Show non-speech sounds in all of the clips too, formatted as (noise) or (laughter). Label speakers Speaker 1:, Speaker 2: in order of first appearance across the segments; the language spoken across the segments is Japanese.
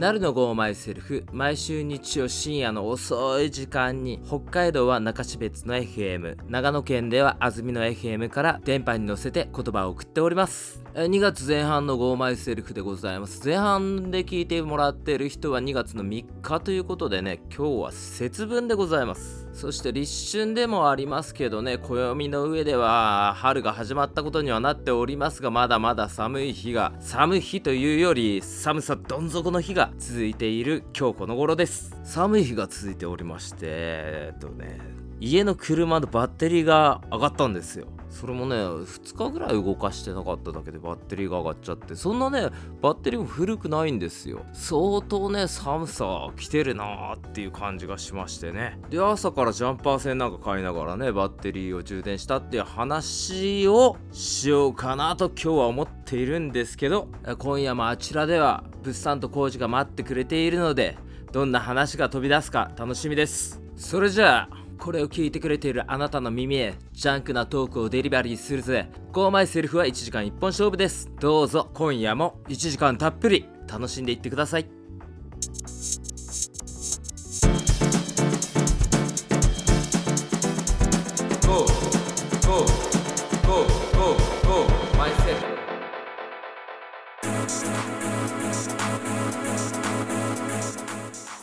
Speaker 1: JAL の Go My Self 毎週日曜深夜の遅い時間に北海道は中標津の FM 長野県では安曇野 FM から電波に乗せて言葉を送っておりますえー2月前半の Go My Self でございます前半で聞いてもらっている人は2月の3日ということでね今日は節分でございますそして立春でもありますけどね暦の上では春が始まったことにはなっておりますがまだまだ寒い日が寒い日というより寒さどん底の日が続いている今日この頃です寒い日が続いておりましてえっとね家の車のバッテリーが上がったんですよそれもね2日ぐらい動かしてなかっただけでバッテリーが上がっちゃってそんなねバッテリーも古くないんですよ相当ね寒さ来てるなーっていう感じがしましてねで朝からジャンパー線なんか買いながらねバッテリーを充電したっていう話をしようかなと今日は思っているんですけどえ今夜もあちらでは物産と工事が待ってくれているのでどんな話が飛び出すか楽しみですそれじゃあこれを聞いてくれているあなたの耳へジャンクなトークをデリバリーするぜ Go My Self は1時間1本勝負ですどうぞ今夜も1時間たっぷり楽しんでいってください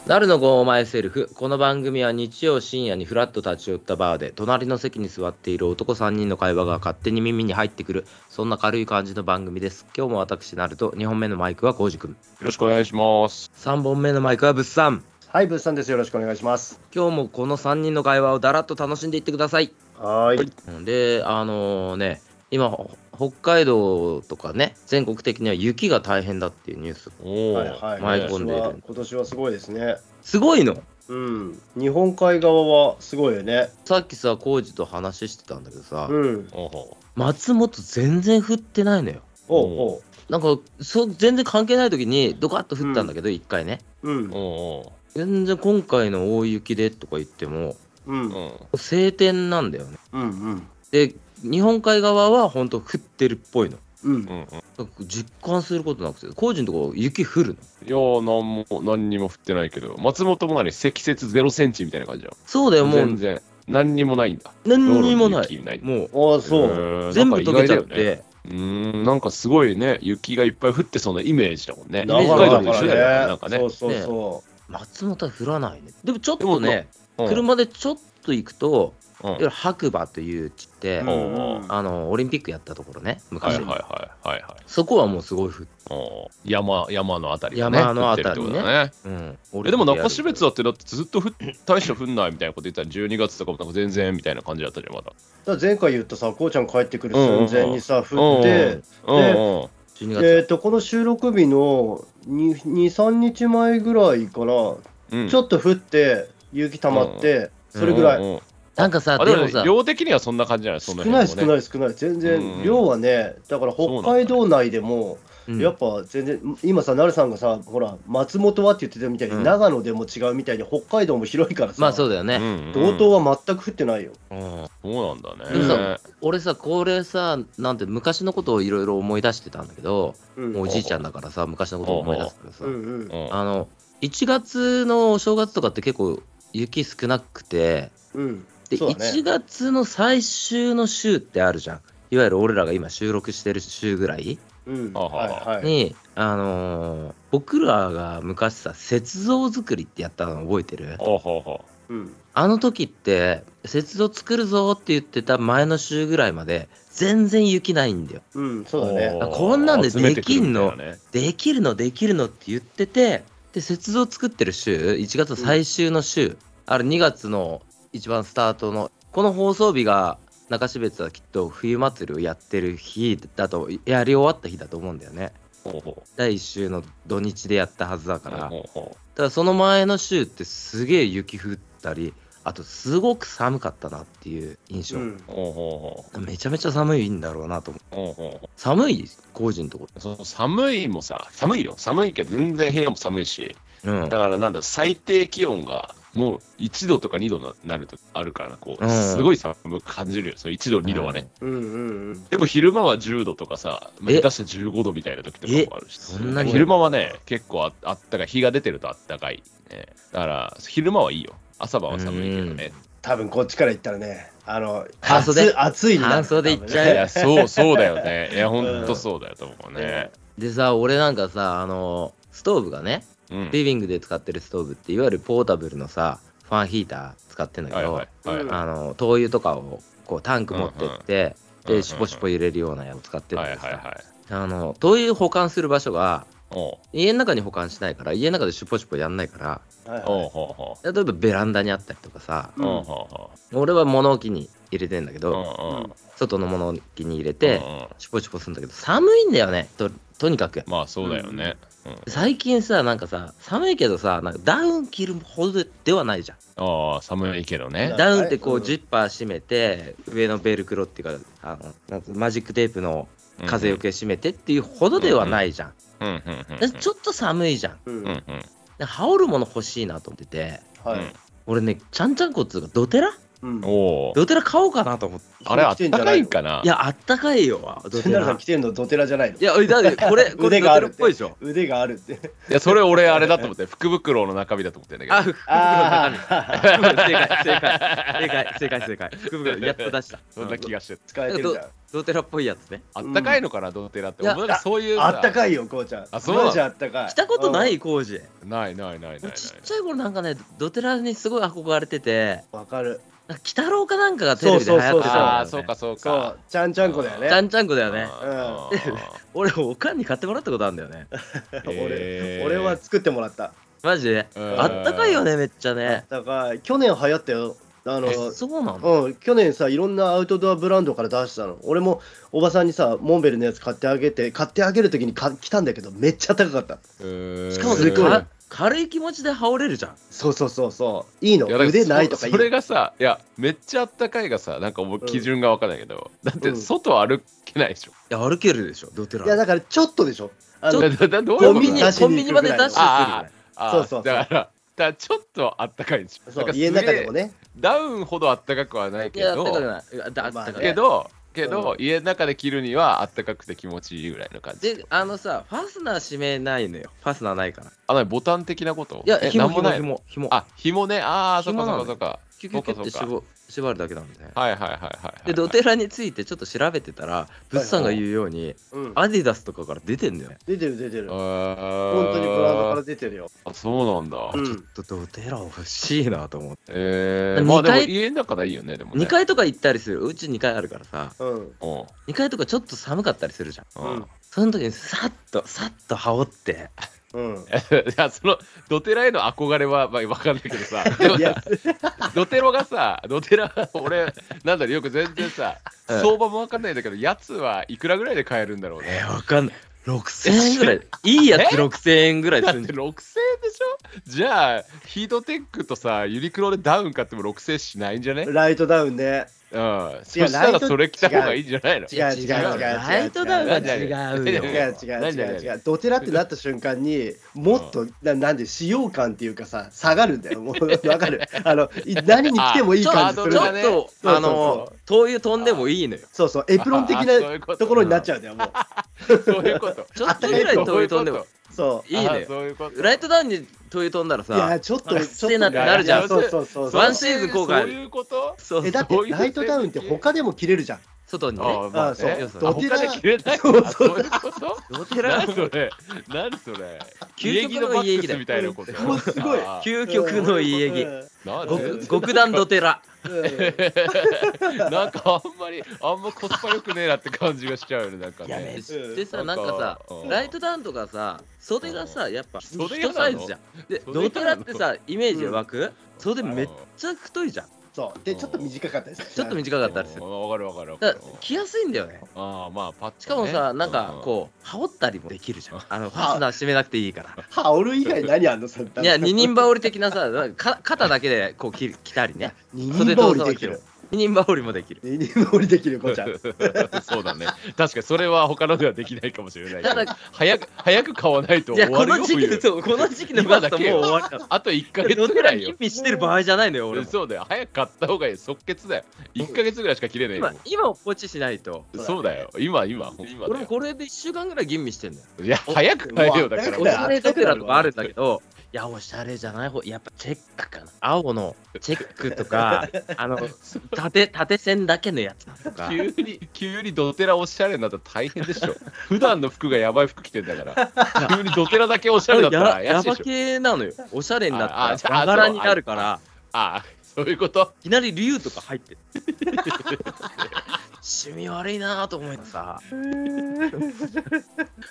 Speaker 1: なるのゴーマイセルフ。この番組は日曜深夜にフラッと立ち寄ったバーで、隣の席に座っている男3人の会話が勝手に耳に入ってくる、そんな軽い感じの番組です。今日も私、なると、2本目のマイクはコウジ君。
Speaker 2: よろしくお願いします。
Speaker 1: 3本目のマイクはブッサン。
Speaker 3: はい、物産です。よろしくお願いします。
Speaker 1: 今日もこの3人の会話をだらっと楽しんでいってください。
Speaker 3: はーい。
Speaker 1: で、あのね、今、ほ北海道とかね、全国的には雪が大変だっていうニュース。
Speaker 2: おお、
Speaker 3: はい、はい。
Speaker 1: 舞い込んでいる
Speaker 3: 今年は今年はすごいですね。
Speaker 1: すごいの
Speaker 3: うん。日本海側はすごいよね。
Speaker 1: さっきさ、コウジと話してたんだけどさ、
Speaker 3: うん。
Speaker 2: おお
Speaker 1: 松本全然降ってないのよ。
Speaker 3: おうおう。
Speaker 1: なんかそう全然関係ない時にドカッと降ったんだけど、一回ね
Speaker 3: うん。
Speaker 2: お
Speaker 1: 全然今回の大雪でとか言っても
Speaker 3: うん。う
Speaker 2: お
Speaker 3: ん。
Speaker 2: お
Speaker 1: 晴天なんだよね
Speaker 3: うん。
Speaker 1: で日本海側は本当降ってるっぽいの
Speaker 3: うん
Speaker 2: う。んうん。い
Speaker 1: 実感することなくて工事のとこ雪降るの
Speaker 2: やー、なんも、何にも降ってないけど、松本も何、積雪0センチみたいな感じじ
Speaker 1: そうだ
Speaker 2: ゃ
Speaker 1: よ
Speaker 2: ん。
Speaker 1: も
Speaker 2: 全
Speaker 1: う
Speaker 2: 然、何にもないんだ。
Speaker 1: 何にもな
Speaker 2: 道路に
Speaker 1: い
Speaker 2: 雪ない
Speaker 1: もう
Speaker 3: ああ、そう。
Speaker 2: う
Speaker 1: 全部溶けちゃっ。
Speaker 2: なんか意外だよね
Speaker 1: て
Speaker 2: うーん、なんかすごいね、雪がいっぱい降ってそうなイメージだもんね。
Speaker 1: 長野
Speaker 2: 北海
Speaker 3: 長野
Speaker 2: 道と
Speaker 3: だ
Speaker 2: 一
Speaker 3: か
Speaker 2: 緒だよ
Speaker 3: ら
Speaker 2: ね、
Speaker 3: ね。
Speaker 2: なんかね
Speaker 3: そう。そうそ
Speaker 1: 松本は降らないねでもちょっとね
Speaker 2: うん
Speaker 1: 車でちょっと行くと
Speaker 2: うん
Speaker 1: いわゆる白馬という地って、
Speaker 3: う。
Speaker 2: ん
Speaker 3: うんうん
Speaker 1: あのオリンピックやったところね
Speaker 2: はい
Speaker 1: 昔、
Speaker 2: はいはいはいはい。
Speaker 1: そこはもうすごい降って
Speaker 2: おー山山のあたりがね
Speaker 1: 山のあたりね
Speaker 2: 降ってるってことだね。
Speaker 1: うん、
Speaker 2: えでも中標津だってだってずっと降っ大した降んないみたいなこと言ったら12月とかもなんか全然みたいな感じだったじゃんまだ。
Speaker 3: だから前回言ったさ、こうちゃん帰ってくる寸前にさ、
Speaker 2: んうんうん
Speaker 3: 降って、
Speaker 2: うんうん。
Speaker 1: 12月、
Speaker 3: えっと、この収録日の2、2 3日前ぐらいかな、
Speaker 2: うん
Speaker 3: ちょっと降って、雪溜まって、それぐらい。
Speaker 2: うんうん
Speaker 1: なんかさ
Speaker 2: あ
Speaker 1: で
Speaker 2: で
Speaker 1: も
Speaker 2: も
Speaker 1: さ
Speaker 2: ね量的にはそんな感じじゃないそ
Speaker 3: 少
Speaker 2: んな
Speaker 3: ない少ないい少ない全
Speaker 2: うん
Speaker 3: 然量はねだから北海道内でも
Speaker 1: うん
Speaker 3: やっぱ全然今さなるさんがさほら松本はって言ってたみたいに
Speaker 1: うん
Speaker 3: 長野でも違うみたいに北海道も広いから
Speaker 1: まあそ
Speaker 3: さ
Speaker 1: うだよ
Speaker 2: う
Speaker 1: ね、
Speaker 2: んうん
Speaker 3: 道東は全く降ってないよ
Speaker 1: うん
Speaker 2: そうなんだ
Speaker 1: でも
Speaker 2: ね
Speaker 1: さ俺さこれさなんて昔のことをいろいろ思い出してたんだけど、
Speaker 3: うん
Speaker 1: もうおじいちゃんだからさ昔のことを思い出すからさ、
Speaker 3: うんうん
Speaker 2: うん
Speaker 1: あの1月のお正月とかって結構雪少なくて
Speaker 3: うん
Speaker 1: で、
Speaker 3: そうだね
Speaker 1: 1月の最終の週ってあるじゃんいわゆる俺らが今収録してる週ぐらい
Speaker 3: うん
Speaker 2: あはは
Speaker 3: はいはい
Speaker 1: に、あのー僕らが昔さ雪像作りってやったの覚えてる
Speaker 2: ほうほうほ
Speaker 3: うん
Speaker 1: あの時って、雪像作るぞって言ってた前の週ぐらいまで、全然雪ないんだよ。
Speaker 3: うん
Speaker 2: う
Speaker 3: そうだね
Speaker 1: あこんなんで
Speaker 2: 集めてくるみたいなね
Speaker 1: できるの、できるのって言ってて、で、雪像作ってる週、1月最終の週、あれ2月の一番スタートの、この放送日が、中標津はきっと冬祭りをやってる日だと、やり終わった日だと思うんだよね。
Speaker 2: ほうほ
Speaker 1: 第1週の土日でやったはずだ
Speaker 2: う
Speaker 1: から。
Speaker 2: ほうほ
Speaker 1: ただその前の週ってすげえ雪降ったり、あとすごく寒かったなっていう印象。
Speaker 3: うん
Speaker 2: うほうほ
Speaker 1: めちゃめちゃ寒いんだろうなと思う。
Speaker 2: うほうほう
Speaker 1: 寒い工事のとこ
Speaker 2: その寒いもさ寒いよ寒いけど全然部屋も寒いし
Speaker 1: ろ。うん
Speaker 2: だ。からなんだ最低気温がもう1度とか2度ななるとあるからなこ
Speaker 1: う
Speaker 2: う、
Speaker 1: ん
Speaker 2: すごい寒く感じるよ、その1度、2度はね。
Speaker 3: うんうんうん。
Speaker 2: でも昼間は10度とかさ、まあ
Speaker 1: え
Speaker 2: 下手したら15度みたいな時とかもあるし、
Speaker 1: そんなに
Speaker 2: 昼間はね、結構ああったかい、日が出てるとあったかい、ね。だから、昼間はいいよ。朝晩は寒いけどね。
Speaker 3: 多分こっちから行ったらね、あの、
Speaker 1: 半袖
Speaker 3: 暑暑いになる
Speaker 1: 半袖行っちゃう
Speaker 2: いや、そう、そうだよね。いや、ほんとそうだよと思うね。
Speaker 1: でさ俺なんかさあのストーブがね
Speaker 2: うん。
Speaker 1: リビングで使ってるストーブっていわゆるポータブルのさファンヒーター使ってんだ
Speaker 2: は
Speaker 1: け
Speaker 2: い
Speaker 1: ど、
Speaker 2: はいはい。
Speaker 3: うん
Speaker 1: あの灯油とかをこうタンク持ってって、
Speaker 2: うんうん
Speaker 1: でシュポシュポ揺れるようなやつ使ってるん
Speaker 2: は
Speaker 1: だ
Speaker 2: い
Speaker 1: けどさ、
Speaker 2: はいはい。
Speaker 1: あの灯油保管する場所が
Speaker 2: おう
Speaker 1: 家の中に保管しないから家の中でシュポシュポやんないから
Speaker 3: はいはい
Speaker 2: おうほうほ
Speaker 1: 例えばベランダにあったりとかさ
Speaker 2: う。
Speaker 3: うん
Speaker 2: おうほうほ
Speaker 1: 俺は物置に入れてんだけ
Speaker 2: う。う
Speaker 1: ど、
Speaker 2: んうんうん。
Speaker 1: 外の物置に入れ
Speaker 2: う
Speaker 1: て
Speaker 2: んうん
Speaker 1: シュポシュポするんだけど寒いんだよねととにかく
Speaker 2: まあそうだよね。うん
Speaker 1: 最近さなんかさ寒いけどさなんかダウン着るほどではないじゃん
Speaker 2: ああ、寒いけどね。
Speaker 1: ダウンってこ
Speaker 3: う
Speaker 1: うんジッパー閉めて上のベルクロっていうかあのなんかマジックテープの風よけ閉めてっていうほどではないじゃん、
Speaker 2: うんうんうんうん
Speaker 1: だってちょっと寒いじゃん
Speaker 2: う
Speaker 3: う
Speaker 2: んんうん
Speaker 1: で羽織るもの欲しいなと思ってて
Speaker 3: はい。
Speaker 1: 俺ねちゃんちゃんこっつうかドテラ
Speaker 3: うん
Speaker 2: おおー。
Speaker 1: ドテラ買おうかなと思って
Speaker 2: あれあったかいんかない
Speaker 1: やあったかいよド
Speaker 3: 千
Speaker 1: テ
Speaker 3: 奈さ
Speaker 1: ラ
Speaker 3: ん来てるのドテラじゃないの
Speaker 1: いやおいだってこれこれ
Speaker 3: 腕
Speaker 1: ド
Speaker 3: があ
Speaker 1: テラ
Speaker 3: るっ
Speaker 1: ってぽいでしょ
Speaker 3: 腕があるって。
Speaker 2: いや、それ俺あれだと思
Speaker 3: (laughs)
Speaker 2: って、福袋の中身だと思ってんだけど。
Speaker 1: あ福袋の中
Speaker 3: あ
Speaker 1: 身正解正解正解正解正解福袋やっと出した
Speaker 2: そんな気がして。
Speaker 3: ー、使えてるじゃん。
Speaker 1: ドテラっぽいやつね
Speaker 2: あったかいのかな、ドテラって。
Speaker 1: いや
Speaker 2: 俺なんかそういうさ。
Speaker 3: あったかいよ、こうちゃん。
Speaker 2: あそうなの
Speaker 3: マジあったかい。
Speaker 1: 来たことない工事
Speaker 2: ないないないないない。
Speaker 1: 俺ちっちゃい頃なんかねドテラにすごい憧れてて
Speaker 3: うん。わかる。
Speaker 1: なんか鬼太郎かなんかがテレビで流行ってたんだよね
Speaker 2: ああ、そうかそう
Speaker 3: そ
Speaker 2: か
Speaker 3: う。、ちゃんちゃんこだよ
Speaker 1: ちゃ
Speaker 3: ね。
Speaker 1: んちゃんこだよね
Speaker 2: あ
Speaker 1: 俺おかんに買ってもらったことあるんだよね
Speaker 2: ー
Speaker 3: (laughs) 俺
Speaker 2: へー
Speaker 3: 俺は作ってもらった。
Speaker 1: マジで
Speaker 2: うん
Speaker 1: あったかいよねめっちゃ
Speaker 3: あっ
Speaker 1: ね
Speaker 3: たかい。去年流行ったよ。あの、
Speaker 1: えそうなの
Speaker 3: うん、去年さいろんなアウトドアブランドから出したの俺もおばさんにさモンベルのやつ買ってあげて買ってあげる時にか来たんだけどめっちゃ高かった
Speaker 1: し
Speaker 2: し
Speaker 1: かも
Speaker 3: すごい
Speaker 1: か軽い気持ちで羽織れるじゃん
Speaker 3: そうそうそうそういいの
Speaker 2: いやだから
Speaker 3: 腕ないとか
Speaker 2: そ
Speaker 3: いい
Speaker 2: そ
Speaker 3: の
Speaker 2: れがさいやめっちゃあったかいがさなんかもう基準が分からないけど、だって外歩けないでしょ、
Speaker 1: いや歩けるでしょドテラ
Speaker 3: いやだからちょっとでしょあの
Speaker 2: だだだどうい
Speaker 1: コ
Speaker 2: うこと
Speaker 1: ンビニ
Speaker 3: 出し
Speaker 1: コンビ
Speaker 3: に
Speaker 1: ニ
Speaker 3: 行
Speaker 1: ま
Speaker 3: くぐ
Speaker 1: で
Speaker 3: らい
Speaker 1: 出しに来る
Speaker 2: あー
Speaker 3: そうそうそう
Speaker 2: だからだからちょっとあったかいでしょ
Speaker 3: そ
Speaker 2: だか
Speaker 3: う
Speaker 2: ら
Speaker 3: 家の中でも
Speaker 2: ね
Speaker 3: ね
Speaker 2: ダウンほどあったかくはない
Speaker 1: ぐ
Speaker 2: け
Speaker 1: らいいやあ
Speaker 2: ど
Speaker 1: ったかくないいやだあったかくな
Speaker 2: け
Speaker 1: い
Speaker 2: どけど、
Speaker 3: う
Speaker 2: 家の中で着るにはあったかくて気持ちいいぐらいの感じ
Speaker 1: であのさファスナー閉めないのよファスナーないから
Speaker 2: あなにボタン的なこと
Speaker 1: いや
Speaker 2: え
Speaker 1: 紐
Speaker 2: なんも
Speaker 1: 紐紐紐
Speaker 2: ないあ紐ねああそっ
Speaker 1: 紐
Speaker 2: か
Speaker 1: な
Speaker 2: そ
Speaker 1: の
Speaker 2: っかそっか
Speaker 1: キュキュキュって
Speaker 2: そう
Speaker 1: 絞
Speaker 2: か
Speaker 1: 縛るだけなんでね
Speaker 2: はいはいはいはいはい
Speaker 1: でドテラについてちょっと調べてたらブッさんが言うように
Speaker 3: うん
Speaker 1: アディダスとかから出てんだよね
Speaker 3: 出てる出てる本
Speaker 2: 本
Speaker 3: 当にブランドから出てるよ
Speaker 2: あそうなんだ。
Speaker 3: うん
Speaker 1: ちょっとドテラ欲しいなと思って
Speaker 2: えー、
Speaker 1: 二
Speaker 2: まあでも
Speaker 1: 階
Speaker 2: 家の中でいいよね、でもね。
Speaker 1: 2階と
Speaker 2: (laughs)
Speaker 1: か行ったりするうち2階あるからさ
Speaker 3: うん
Speaker 2: うん。
Speaker 1: 2階とかちょっと寒かったりするじゃん
Speaker 2: うん。
Speaker 3: うん
Speaker 2: い
Speaker 1: その時にさっとさっと羽織って
Speaker 3: うん
Speaker 2: や、その、ドテラへの憧れは、まあ、わかんないけど
Speaker 1: (laughs)
Speaker 2: さ、でも
Speaker 3: いや
Speaker 2: さ、ドテロがさ、ドテラ、俺、なんだろう、よく全然さ、
Speaker 1: うん
Speaker 2: 相場もわかんないんだけど、やつはいくらぐらいで買えるんだろう
Speaker 1: え
Speaker 2: ね。
Speaker 1: ー、わかんない6000円ぐらいいいやつ6000円ぐらい
Speaker 2: だ
Speaker 1: す
Speaker 2: っ
Speaker 1: んじ
Speaker 2: て
Speaker 1: ゃん
Speaker 2: 6000円でしょじゃあ、ヒートテックとさ、ユニクロでダウン買っても6000円しないんじゃねうん。
Speaker 3: ライトダウンね
Speaker 2: そしたらそれ着た方がいいんじゃないの
Speaker 3: 違う違う違う違う
Speaker 1: ライトダウンは違う
Speaker 2: 違
Speaker 3: 違う
Speaker 1: よ
Speaker 3: 違う
Speaker 2: 何
Speaker 3: 違う
Speaker 2: 何
Speaker 3: 違うドテラってなった瞬間にもっとななんで使用感っていうかさ下がるんだよもう (laughs) わかるあのい何に着てもいい感じす
Speaker 1: ち
Speaker 3: る
Speaker 1: ょっ
Speaker 2: あ
Speaker 1: と
Speaker 2: ち
Speaker 3: そうそうそう
Speaker 1: あの灯油飛んでもいいのよ
Speaker 3: そうそうエプロン的
Speaker 2: あそういう
Speaker 3: な
Speaker 2: こと
Speaker 3: ところになっちゃうんだよもう
Speaker 2: そういうこと。
Speaker 1: ちょっとぐらい灯油飛んでも
Speaker 3: そ
Speaker 2: (laughs)
Speaker 1: いいの
Speaker 2: あ
Speaker 1: よ
Speaker 2: そういうこと。
Speaker 1: ライトダウンに灯油飛んだら
Speaker 3: ういや
Speaker 1: さ
Speaker 3: ちょっ
Speaker 1: な
Speaker 3: と
Speaker 1: んか
Speaker 3: ち
Speaker 1: 癖
Speaker 3: ょ
Speaker 1: にな
Speaker 3: っ
Speaker 1: っ
Speaker 3: と
Speaker 1: てなるじゃん
Speaker 3: そうそうそ
Speaker 2: (laughs)
Speaker 3: うそう
Speaker 1: ワンシーズン後悔
Speaker 2: そういうこと
Speaker 1: そう
Speaker 3: えだってライトダウンって他でも着れるじゃん
Speaker 1: 外に
Speaker 2: あ
Speaker 1: ね
Speaker 2: あ、まあ、
Speaker 3: そう
Speaker 2: ね、
Speaker 1: そう
Speaker 2: あ他で着れない
Speaker 3: そう
Speaker 2: あ
Speaker 3: そう
Speaker 2: そういうこと
Speaker 1: ドテラ
Speaker 2: 何それ何それ
Speaker 1: 究極の
Speaker 2: バッ
Speaker 1: 家
Speaker 2: ク
Speaker 1: 着だ
Speaker 2: ス
Speaker 1: よ
Speaker 2: みたいなこと
Speaker 3: もうすごい
Speaker 2: ああ
Speaker 1: 究極の家着
Speaker 2: なん
Speaker 3: ごく
Speaker 1: 極
Speaker 2: で
Speaker 1: 極段ドテラ
Speaker 3: うんうん
Speaker 2: なんかあんまりあんまコスパ良くねえなって感じがしちゃうよねなんか
Speaker 1: や
Speaker 2: ね
Speaker 1: べでさなんかさ
Speaker 2: うん
Speaker 1: ライトダウンとかさ袖がさやっぱ一
Speaker 2: 袖がなの
Speaker 1: サイズじゃんで
Speaker 2: 袖がな
Speaker 1: ド
Speaker 2: の
Speaker 1: テラってさイメージ湧く袖めっちゃ太いじゃん
Speaker 3: そうでちょっと短かったで
Speaker 1: (laughs)
Speaker 3: す
Speaker 1: ちょっと短かったりす
Speaker 2: う
Speaker 1: る
Speaker 2: んわかるわかるわか
Speaker 1: だ
Speaker 2: る
Speaker 1: から着やすいんだよね
Speaker 2: ああまあパッとね
Speaker 1: しかもさなんか
Speaker 2: う
Speaker 1: こう羽織ったりもできるじゃんあのファスナー閉めなくていいから
Speaker 3: 羽織る以外 (laughs) 何あんのそれ
Speaker 1: いや二人羽織的なさなんかか肩だけでこう着着たりね
Speaker 3: 二人羽織でき
Speaker 1: 袖と
Speaker 3: る
Speaker 1: 二人羽織もできる
Speaker 3: 二人羽織できる子ち
Speaker 2: (laughs)
Speaker 3: ゃん。
Speaker 2: そうだね。確かにそれは他のではできないかもしれないけど。
Speaker 1: ただ
Speaker 2: 早く、早く買わないと
Speaker 1: じ
Speaker 2: 終
Speaker 1: ゃあこ
Speaker 2: わるよ
Speaker 1: の時期
Speaker 2: 冬
Speaker 1: のそうこの時期のバスタもう終わりだ
Speaker 2: あと1ヶ
Speaker 1: そ
Speaker 2: 月
Speaker 1: ん
Speaker 2: ぐ
Speaker 1: な
Speaker 2: ら
Speaker 1: に
Speaker 2: いよ
Speaker 1: 準。備してる場合じゃないのよ俺も
Speaker 2: そうだよ。早く買った方がいい。即決だよ。1ヶ月ぐらいしか切れない
Speaker 1: 今
Speaker 2: よ。
Speaker 1: 今を放置しないと
Speaker 2: そうだよ。今、今、今
Speaker 1: 俺
Speaker 2: だ
Speaker 1: も
Speaker 2: よ。
Speaker 1: これで1週間ぐらい吟味してんだよ
Speaker 2: いや、早く買えよ。だか
Speaker 3: も
Speaker 1: おし
Speaker 3: う
Speaker 2: ら。
Speaker 1: ゃれドクラとかあるんだけど、いや、おしゃれじゃない方、やっぱチェックかな。青のチェックと
Speaker 2: (laughs)
Speaker 1: か、あの、縦、縦線だけのやつとか。
Speaker 2: 急に、急にドテラおしゃれになったら大変
Speaker 1: (laughs)
Speaker 2: でしょ。普段の服がやばい服着てんだから。急にドテラだけおしゃれだったら
Speaker 1: やや
Speaker 2: 怪しいで
Speaker 1: ば
Speaker 2: しょ。
Speaker 1: 系なのよ。おしゃれに
Speaker 2: あ
Speaker 1: な
Speaker 2: あ
Speaker 1: っ
Speaker 2: じ
Speaker 1: た
Speaker 2: ゃ
Speaker 1: ら、
Speaker 2: あ
Speaker 1: ながらになるから、
Speaker 2: ああ、そういうこと
Speaker 1: いきなり竜とか入
Speaker 2: (laughs)
Speaker 1: ってる。趣味悪いなぁと思ってさ。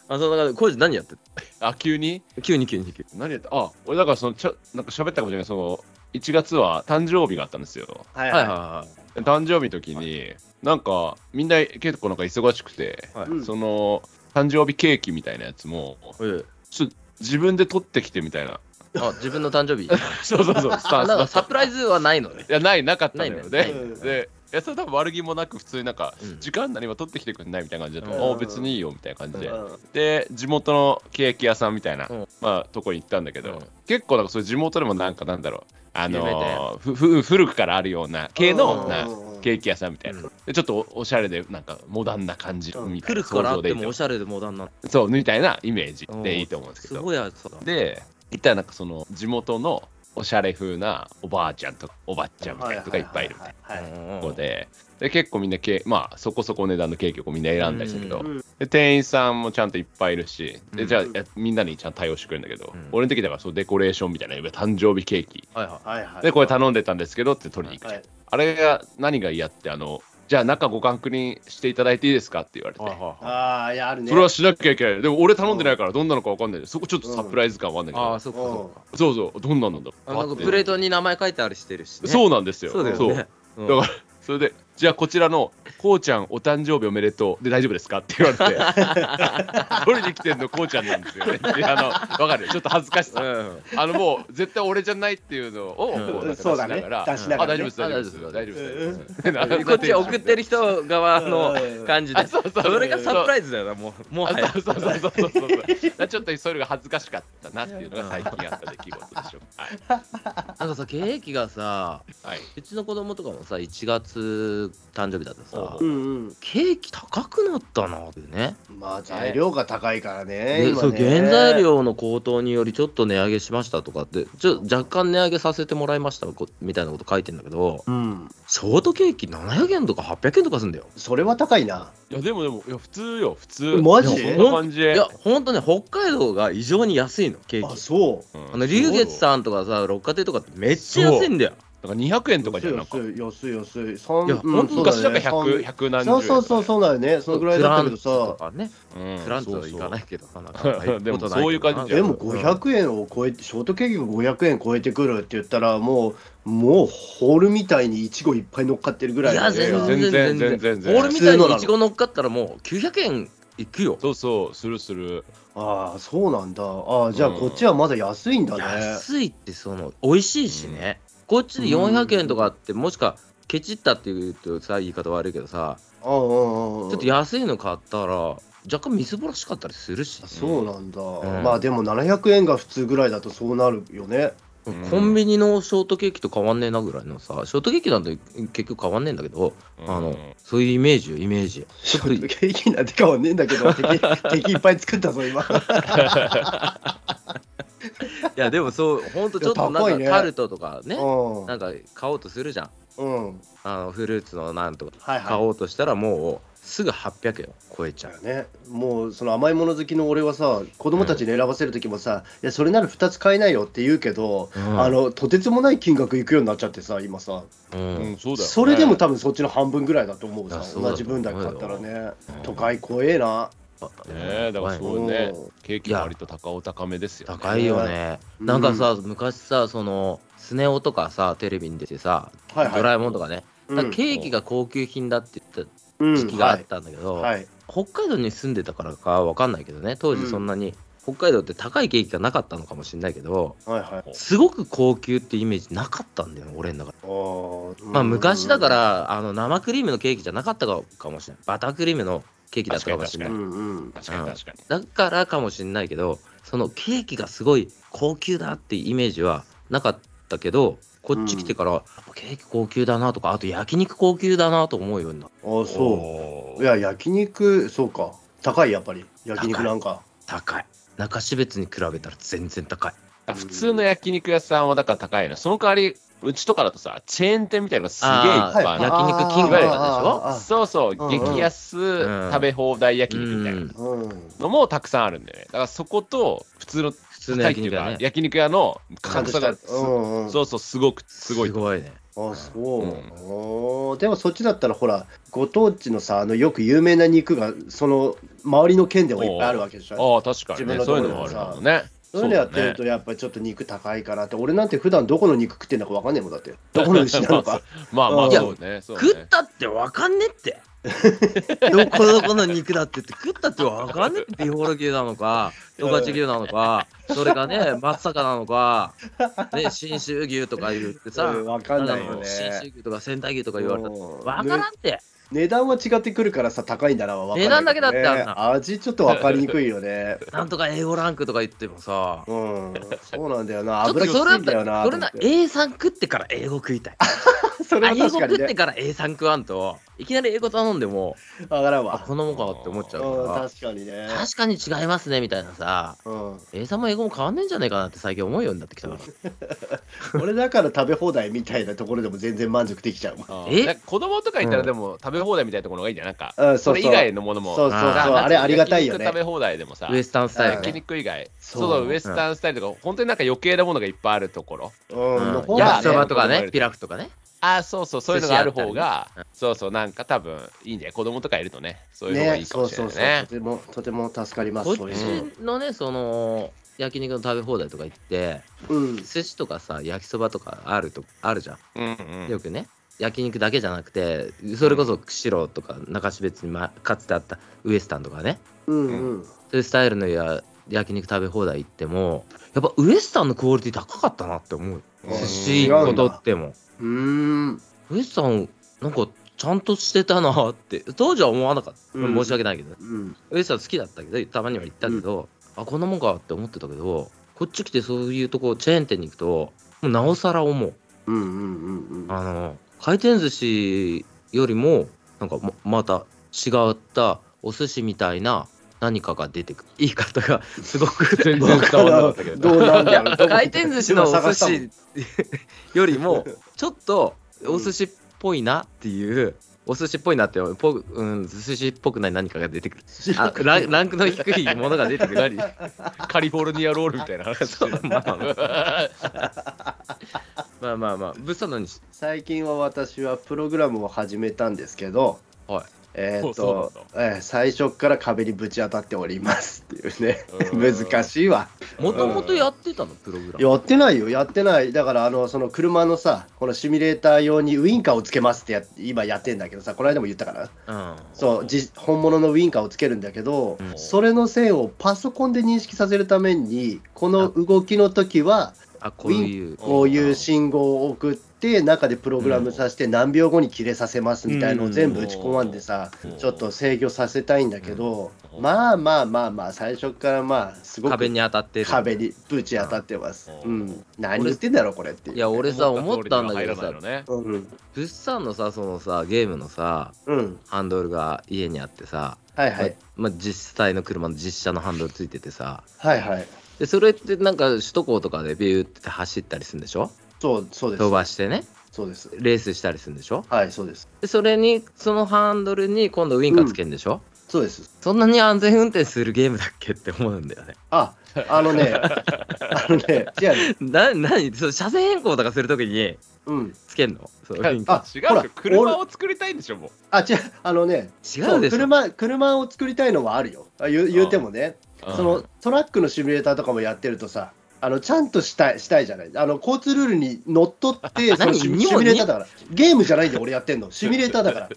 Speaker 1: あ、その中で、コージ何やってる
Speaker 2: あ、急に
Speaker 1: 急に急に急に。
Speaker 2: 何やったあ、俺だからそのちょなんか喋ったかもしれないその1月は誕生日があったんですよ。
Speaker 3: は
Speaker 1: はいはいは
Speaker 2: 誕生日の時になんかみんな結構なんか忙しくて、
Speaker 1: はい
Speaker 3: うん
Speaker 2: その誕生日ケーキみたいなやつも
Speaker 1: いはい。
Speaker 2: ちょっと自分で取ってきてみたいな。 (laughs)
Speaker 1: あ、自分の誕生日。
Speaker 2: そうそう
Speaker 1: (laughs)
Speaker 2: そう。スタ
Speaker 1: あ
Speaker 2: ンス
Speaker 1: なんか
Speaker 2: が
Speaker 1: サプライズはないのね。
Speaker 2: いやないなかったの
Speaker 1: ない
Speaker 2: よ
Speaker 1: ね
Speaker 2: で
Speaker 1: ない
Speaker 3: ね
Speaker 2: でいやそれ多分悪気もなく普通になんか、
Speaker 1: うん
Speaker 2: 時間何も取ってきてくんないみたいな感じで、
Speaker 1: うん
Speaker 2: お別にいいよみたいな感じで、
Speaker 3: うん
Speaker 2: で地元のケーキ屋さんみたいな、
Speaker 1: うん
Speaker 2: まあ、とこに行ったんだけど、
Speaker 1: うん
Speaker 2: 結構なんかそういう地元でもなんかなんだろうあ
Speaker 1: 有名だ
Speaker 2: のーふふ古くからあるような系のな
Speaker 3: うん
Speaker 2: ケーキ屋さんみたいな、
Speaker 1: うん
Speaker 2: でちょっとおおしゃれでなんかモダンな感じ
Speaker 3: うん
Speaker 2: みたい
Speaker 1: 来
Speaker 2: な、
Speaker 1: るからあって
Speaker 2: 想像
Speaker 1: も
Speaker 2: でいい
Speaker 1: おしゃれでモダンな。
Speaker 2: とそうみたいなイメージ
Speaker 1: うん
Speaker 2: でいいと思うんですけ
Speaker 1: す
Speaker 2: ど
Speaker 1: ごいやつだ。
Speaker 2: で行ったらなんかその地元のおしゃれ風なおばあちゃんとかおばあちゃんみたいなのとかいっぱいいるみたいな。
Speaker 3: はは
Speaker 2: とこでで結構みんなケーまあそこそこお値段のケーキをこうみんな選んだりしたけど、
Speaker 3: うんうん
Speaker 2: で店員さんもちゃんといっぱいいるし
Speaker 1: う
Speaker 2: で
Speaker 1: ん
Speaker 2: じゃあやみんなにちゃんと対応してくれるんだけど、
Speaker 1: うん
Speaker 2: 俺の時だからそうデコレーションみたいな誕生日ケーキ
Speaker 1: はいは
Speaker 3: はいはいはい。
Speaker 2: でこれ頼んでたんですけどって取りに行くじゃん、
Speaker 3: はい
Speaker 2: あれが何が嫌ってあのじゃあ中ご確認していただいていいですかって言われ
Speaker 1: い。
Speaker 2: て、
Speaker 1: あ
Speaker 3: ああ、いや、あるね。
Speaker 2: それはしなきゃいけないでも俺頼んでないからどんなのか分かんないでそこちょっとサプライズ感はあんだけど、
Speaker 1: あ、そうかそうか。
Speaker 2: そうそうどんなのだ
Speaker 1: あなんか
Speaker 2: って
Speaker 1: プレートに名前書いてあるしてるし、ね。
Speaker 2: そうなんですよ
Speaker 1: そうだよね。うん
Speaker 2: だからそれで、じゃあこちらの、こうちゃんお誕生日おめでとうで大丈夫ですかって言われ
Speaker 1: (laughs)
Speaker 2: て、取りに来てんのこうちゃんなんですよね。であの、わかる、ちょっと恥ずかしさ。
Speaker 1: うん
Speaker 2: あの、もう絶対俺じゃないっていうのを、
Speaker 1: うん
Speaker 2: こうなんか
Speaker 3: そうだね
Speaker 2: 出しながら
Speaker 3: 出し
Speaker 2: あ、
Speaker 3: ながら
Speaker 2: 大丈
Speaker 3: ね
Speaker 2: 夫です、大丈夫です、
Speaker 1: あ
Speaker 2: 大
Speaker 1: 大
Speaker 2: 丈
Speaker 1: 丈
Speaker 2: 夫
Speaker 3: 夫
Speaker 2: です大丈夫です。
Speaker 1: こっちは送ってる人側の感じで
Speaker 2: あそうそう
Speaker 1: それがサプライズだよなもうもは
Speaker 2: (laughs) あ
Speaker 1: や
Speaker 2: そうそうそうそうそうそうだからちょっとそれが恥ずかしかったなっていうのが最近あった出来事でしょはい、
Speaker 1: なんかさケーキがさ
Speaker 2: はい、
Speaker 1: うちの子供とかもさ1月誕生日だったさ
Speaker 2: ほ
Speaker 3: うんうん。
Speaker 1: ケーキ高くなったなっていうね
Speaker 3: まあ、材料が高いからね。
Speaker 1: で
Speaker 3: 今
Speaker 1: そう
Speaker 3: ね
Speaker 1: 原材。料の高騰によりちょっと値上げしましたとかってちょ若干値上げさせてもらいましたこみたいなこと書いてんだけど
Speaker 3: うん。
Speaker 1: ショートケーキ700円とか800円とかするんだよ
Speaker 3: それは高いな。
Speaker 2: いやでもでもいや普通よ普通
Speaker 3: マジ
Speaker 2: いやそんな感じい
Speaker 1: いや、ほんとね、北海道が異常に安いの、ケー
Speaker 3: あ、
Speaker 1: キ。
Speaker 3: そう。
Speaker 2: うん
Speaker 1: あの、龍月さんとかさ、六花亭とかってめっちゃ安いんだよ。
Speaker 2: だから200円とかじゃなく
Speaker 3: 安い安い安い安い三
Speaker 1: いや
Speaker 3: うん
Speaker 1: ほんと
Speaker 3: そうだ
Speaker 2: 昔だ
Speaker 3: ね
Speaker 2: から100、
Speaker 3: 三
Speaker 2: 100何十
Speaker 3: そう
Speaker 2: 円
Speaker 3: そうそうそうだよねそのぐらいだったけ
Speaker 1: フラン
Speaker 3: ど
Speaker 1: ツと
Speaker 3: さ
Speaker 1: かね。
Speaker 2: うん
Speaker 1: フランツはいかないけどさ、なんか
Speaker 2: そうでもそういう感じじゃ
Speaker 3: で
Speaker 2: ん
Speaker 3: も500円を超えてショートケーキが500円超えてくるって言ったらもうもうホールみたいにいちごいっぱい乗っかってるぐらい
Speaker 1: いや、
Speaker 3: の
Speaker 1: 全然全然
Speaker 2: 全然全然
Speaker 1: 全
Speaker 2: 全
Speaker 1: 然。
Speaker 2: 然
Speaker 1: 俺みたいにイチゴ乗っかったらもう900円いくよ。
Speaker 2: そうそうするする
Speaker 3: ああそうなんだああじゃあ
Speaker 2: うん
Speaker 3: こっちはまだ安いんだね
Speaker 1: 安いってその、美味しいしね。こっちで400円とかあって、もしか、ケチったっていうとさ、言い方悪いけどさ、
Speaker 3: ああうんうんうん
Speaker 1: ちょっと安いの買ったら、若干みすぼらしかったりするし
Speaker 3: あ。そうなんだ、
Speaker 1: ん
Speaker 3: まあでも700円が普通ぐらいだとそうなるよね
Speaker 2: うん
Speaker 1: コンビニのショートケーキと変わんねえなぐらいのさ、ショートケーキなんて結局変わんねえんだけど、
Speaker 2: うん
Speaker 1: あの、そういうイメージよ、イメージ。
Speaker 3: ショートケーキなんて変わんねえんだけ
Speaker 1: (laughs)
Speaker 3: ど敵敵いっぱい作ったぞ今
Speaker 1: いや、でも
Speaker 3: (laughs)
Speaker 1: そう、ほんとちょっと
Speaker 3: いや
Speaker 1: な
Speaker 3: 高
Speaker 1: ん
Speaker 3: いね
Speaker 1: かタルトとかね、
Speaker 3: うん
Speaker 1: なんか買おうとするじゃん。
Speaker 3: うん
Speaker 1: あのフルーツのなんとか
Speaker 3: はいはい
Speaker 1: 買おうとしたらもうすぐ800円超えちゃう。
Speaker 3: ね、もうその甘いもの好きの俺はさ子供たちに選ばせる時もさ、いやそれなら2つ買えないよって言うけど、
Speaker 1: うん
Speaker 3: あのとてつもない金額いくようになっちゃってさ今さ
Speaker 1: う
Speaker 2: うんんそうだよね
Speaker 3: それでも多分そっちの半分ぐらいだと思う
Speaker 1: い
Speaker 3: さ
Speaker 1: やそうだ
Speaker 3: 同
Speaker 1: と
Speaker 3: じ
Speaker 1: 思うよ
Speaker 3: 分だけ買ったらね、都会怖えな
Speaker 2: ねえだから
Speaker 1: 高い
Speaker 2: そうね
Speaker 3: うん
Speaker 2: ケーキは割と高お高めですよね
Speaker 1: 高いよね。
Speaker 3: うん
Speaker 1: なんかさ、昔さ、そのスネ夫とかさ、テレビに出てさ、
Speaker 3: はいはい
Speaker 1: ドラえもんとかね、
Speaker 3: うん
Speaker 1: だからケーキが高級品だって言っ
Speaker 3: うん
Speaker 1: た時期があったんだけど、
Speaker 3: はいはい
Speaker 1: 北海道に住んでたからかわかんないけどね、当時そんなに北海道って高いケーキがなかったのかもしれないけど
Speaker 3: はいはい。
Speaker 1: すごく高級ってイメージなかったんだよ俺の中で。
Speaker 3: あー
Speaker 1: まあ、昔だか、らあの生クリームのケーキじゃなかったかかもしれないバタークリームのケーキだったかもしれな
Speaker 3: う
Speaker 1: い
Speaker 3: んうん。
Speaker 2: 確かに確かに。
Speaker 1: だからかもしれないけどそのケーキがすごい高級だってイメージはなかったけどこっち来てから、やっぱケーキ高級だなとかあと焼肉高級だなと思うようになった
Speaker 3: ああ、そ。
Speaker 2: そう
Speaker 3: いや、焼肉、そうか。高い、やっぱり。焼肉なんか。
Speaker 1: 高い中標津に比べたら全然高い
Speaker 2: 普通の焼肉屋さんはだから高いな。その代わり、うちとかだとさ、チェーン店みたいなのすげえいっ
Speaker 1: あー
Speaker 2: ぱいあ
Speaker 1: は
Speaker 2: る
Speaker 1: い焼肉キングとかでしょ
Speaker 3: あー
Speaker 2: そうそう、
Speaker 3: うんうん
Speaker 2: 激安
Speaker 1: うん
Speaker 2: 食べ放題焼肉みたい
Speaker 1: うん
Speaker 2: な
Speaker 3: あーあーうん。
Speaker 2: のもたくさんあるんだよね。だからそこと普通の
Speaker 1: 普通の焼肉
Speaker 2: 高い
Speaker 1: は
Speaker 2: っていうか
Speaker 1: ね
Speaker 2: 焼肉屋の価
Speaker 3: 感
Speaker 2: 格
Speaker 3: じ
Speaker 2: 差
Speaker 3: た。
Speaker 2: が
Speaker 3: う
Speaker 2: す、
Speaker 3: んうん。
Speaker 2: そうそう、すごく、すごい。
Speaker 1: ね
Speaker 3: あそう、
Speaker 2: うん
Speaker 3: おーでもそっちだったらほらご当地のさあのよく有名な肉がその周りの県でもいっぱいあるわけでしょ
Speaker 2: ああ、確かにね。
Speaker 3: 自分の
Speaker 2: そ
Speaker 3: とこ
Speaker 2: ういう
Speaker 3: ろで
Speaker 2: のもある
Speaker 3: もさ
Speaker 2: かもね。
Speaker 3: そういうのやってるとやっぱりちょっと肉高いかなって、俺なんて普段どこの肉食ってんだかわかんねえもんだってどこの牛なのか
Speaker 2: まあまあ、
Speaker 3: うん
Speaker 2: そうね。そう
Speaker 1: 食っ
Speaker 2: ね
Speaker 1: たってわかんねって。どこどこの肉だってって食ったってわかんねってビフォール牛なのか十勝牛なのかそれか
Speaker 2: (laughs)
Speaker 1: ね松阪なのかね信州牛とか言ってさ
Speaker 3: うんわかんないよ
Speaker 1: あの
Speaker 3: ね
Speaker 1: 信州牛とか仙台牛とか言われたら
Speaker 3: うん
Speaker 1: わからんって
Speaker 3: 値段は違ってくるからさ高いんだなはわかんないどね、
Speaker 1: 値段だけだってあんな
Speaker 3: 味ちょっとわかりにくいよね
Speaker 1: なんとか A5 ランクとか言ってもさ
Speaker 3: うんそうなんだよな
Speaker 1: ちょっと
Speaker 3: 油きつ
Speaker 1: それだ
Speaker 3: い
Speaker 1: っ
Speaker 3: ん
Speaker 1: た
Speaker 3: だよな
Speaker 1: ら
Speaker 3: と
Speaker 1: 俺
Speaker 3: 思
Speaker 1: な
Speaker 3: って
Speaker 1: A3 食ってから英語食いたい
Speaker 3: それ
Speaker 1: あ
Speaker 3: は
Speaker 1: 英語
Speaker 3: 確
Speaker 1: 食
Speaker 3: かに
Speaker 1: って
Speaker 3: ね
Speaker 1: から A3 食わんといきなり英語頼んでも
Speaker 3: わからん
Speaker 1: あ
Speaker 3: わ
Speaker 1: このもんかって思っちゃ
Speaker 3: う
Speaker 1: うんか
Speaker 3: 確かにね
Speaker 1: ら確かに違いますねみたいなさ
Speaker 3: うん、
Speaker 1: A さんも英語も変わんねえんじゃねえかなって最近思うようになってきたから。
Speaker 3: 俺だから食べ放題みたいなところでも全然満足できちゃうもん
Speaker 2: うん
Speaker 1: え
Speaker 2: なんか子供とかいたらでも食べ放題みたいなところがいいんじゃん。なんか、
Speaker 3: うん
Speaker 2: そ
Speaker 3: そうそ
Speaker 2: れ
Speaker 3: う
Speaker 2: 以外のものも。
Speaker 3: そうそうそう
Speaker 1: あ
Speaker 2: な
Speaker 3: あれありがたいよ
Speaker 2: 焼肉食べ
Speaker 3: ね
Speaker 2: 放題でもさ
Speaker 1: ウエスタンスタイル
Speaker 2: 焼
Speaker 1: ね。
Speaker 2: 肉以外
Speaker 3: そ
Speaker 2: そううウエスタンスタイルとか、本当になんか余計なものがいっぱいあるところ
Speaker 3: う
Speaker 1: うん
Speaker 3: の
Speaker 1: ん
Speaker 3: 方
Speaker 1: 焼
Speaker 3: が
Speaker 1: き
Speaker 2: い
Speaker 1: そ
Speaker 2: や
Speaker 1: ば
Speaker 3: ね
Speaker 1: とか
Speaker 2: そう
Speaker 1: ね
Speaker 2: ね、
Speaker 1: ピラフとかね。
Speaker 2: ああそうそうそういうのがある方
Speaker 1: 寿司あ
Speaker 2: が、そうそうなんか多分いいね子供とかいるとねそういう方がい
Speaker 3: ね
Speaker 2: いか
Speaker 3: そ
Speaker 2: も
Speaker 3: う
Speaker 2: しれ
Speaker 3: そ
Speaker 2: な
Speaker 3: う
Speaker 2: い
Speaker 3: そ
Speaker 2: ね
Speaker 3: うとてもとても助かります
Speaker 1: こっ
Speaker 3: そういうの
Speaker 1: ちのね、その焼肉の食べ放題とか行って、
Speaker 3: うん
Speaker 1: 寿司とかさ、焼きそばとかあるとあるじゃ
Speaker 2: うん
Speaker 1: ん。
Speaker 2: う
Speaker 1: よ
Speaker 2: ん
Speaker 1: くね。焼肉だけじゃなくて、それこそ釧路とか中標津に、ま、かつてあったウエスタンとかね、
Speaker 3: うんうん
Speaker 1: そういうスタイルのや焼肉食べ放題行っても、やっぱウエスタンのクオリティ高かったなって思う。
Speaker 2: うん
Speaker 1: 寿司1個取っても。
Speaker 3: うーん
Speaker 1: ウエスさん、なんかちゃんとしてたなって、当時は思わなかった。
Speaker 3: うん
Speaker 1: 申し訳ないけど、
Speaker 3: うん
Speaker 1: ウエスさん好きだったけど、たまには行ったけど、あ、こんなもんかって思ってたけど、こっち来てそういうとこ、チェーン店に行くと、もうなおさら思う。
Speaker 3: うんうんうんうん
Speaker 1: あの、回転寿司よりも、なんかままた違ったお寿司みたいな何かが出てくる。言い方がすごく
Speaker 2: 全然伝わんなかったけど
Speaker 3: どうなんだろうどこ
Speaker 1: 回転寿司のお
Speaker 3: 今探
Speaker 1: 寿
Speaker 3: したもん
Speaker 1: 司よりもちょっとお寿司っぽいなっていう、お寿司っぽいなってぽ、うん、寿司っぽくない何かが出てくるあランランクの低いものが出てくる
Speaker 2: カリフォルニアロールみたいな
Speaker 3: (laughs)
Speaker 2: 話してる
Speaker 1: まあまあまあまあ物産のにし
Speaker 3: 最近は私はプログラムを始めたんですけど
Speaker 1: はい
Speaker 3: えー
Speaker 2: そ
Speaker 3: っと
Speaker 2: うそう
Speaker 3: えー最初から壁にぶち当たっておりますっていうね
Speaker 2: うん
Speaker 3: 難しいわ
Speaker 1: もともとやってたのプログラム
Speaker 3: やってないよやってないだからあのその車のさこのシミュレーター用にウインカーをつけますってや今やってんだけどさこの間も言ったかな
Speaker 1: うん
Speaker 3: そうじ本物のウインカーをつけるんだけど、
Speaker 1: うん
Speaker 3: それの線をパソコンで認識させるためにこの動きの時は
Speaker 1: あこういう
Speaker 3: こういう信号を送って中でプログラムさせて何秒後に切れさせますみたいのを全部打ち込んでさ、
Speaker 2: うん
Speaker 3: ちょっと制御させたいんだけど、
Speaker 2: うん
Speaker 3: まあまあまあまあ最初からまあすごく
Speaker 1: 壁に当たってる
Speaker 3: 壁にぶち当たってます。う
Speaker 2: うん
Speaker 3: ん、何言ってんだろうこれっていう。
Speaker 1: いや俺さ思ったんだけど
Speaker 2: 思
Speaker 1: さ
Speaker 2: った通りには入らないのね
Speaker 3: うん、
Speaker 1: 物産のさそのさゲームのさ
Speaker 3: うん、
Speaker 1: ハンドルが家にあってさ、
Speaker 3: はいはい、
Speaker 1: まあ、実際の車の実車のハンドルついててさ
Speaker 3: はいはい。
Speaker 1: でそれってなんか首都高とかでビューって走ったりするんでしょ
Speaker 3: そう、そうです
Speaker 1: 飛。ばしてね
Speaker 3: そうです。
Speaker 1: レースしたりするんでしょ
Speaker 3: はい、そうです。
Speaker 1: でそれにそのハンドルに今度ウインカーつけるんでしょ、
Speaker 3: そうです。
Speaker 1: そんなに安全運転するゲームだっけって思うんだよね。 (laughs)
Speaker 3: あ、あのね、あのね、違う、
Speaker 1: な、なに、その車線変更とかするときに
Speaker 3: うん、
Speaker 1: つけんのそうウインカ
Speaker 3: あ
Speaker 2: 違
Speaker 3: ほ
Speaker 2: う
Speaker 3: ら
Speaker 2: よ車を作りたいんでしょもう
Speaker 3: あ、違う、あのね、
Speaker 1: ー。違うでし
Speaker 3: そ
Speaker 1: ょ
Speaker 3: 車車を作りたいのはあるよ。あ言う言うてもね、
Speaker 2: うん
Speaker 3: そのトラックのシミュレーターとかもやってるとさ、あのちゃんとしたいしたいじゃないあの交通ルールにのっとって
Speaker 1: 何
Speaker 3: そのシミ
Speaker 1: にも
Speaker 3: シミュレーターだからゲームじゃない
Speaker 2: (laughs)
Speaker 3: んで俺やってんのシミュレーターだから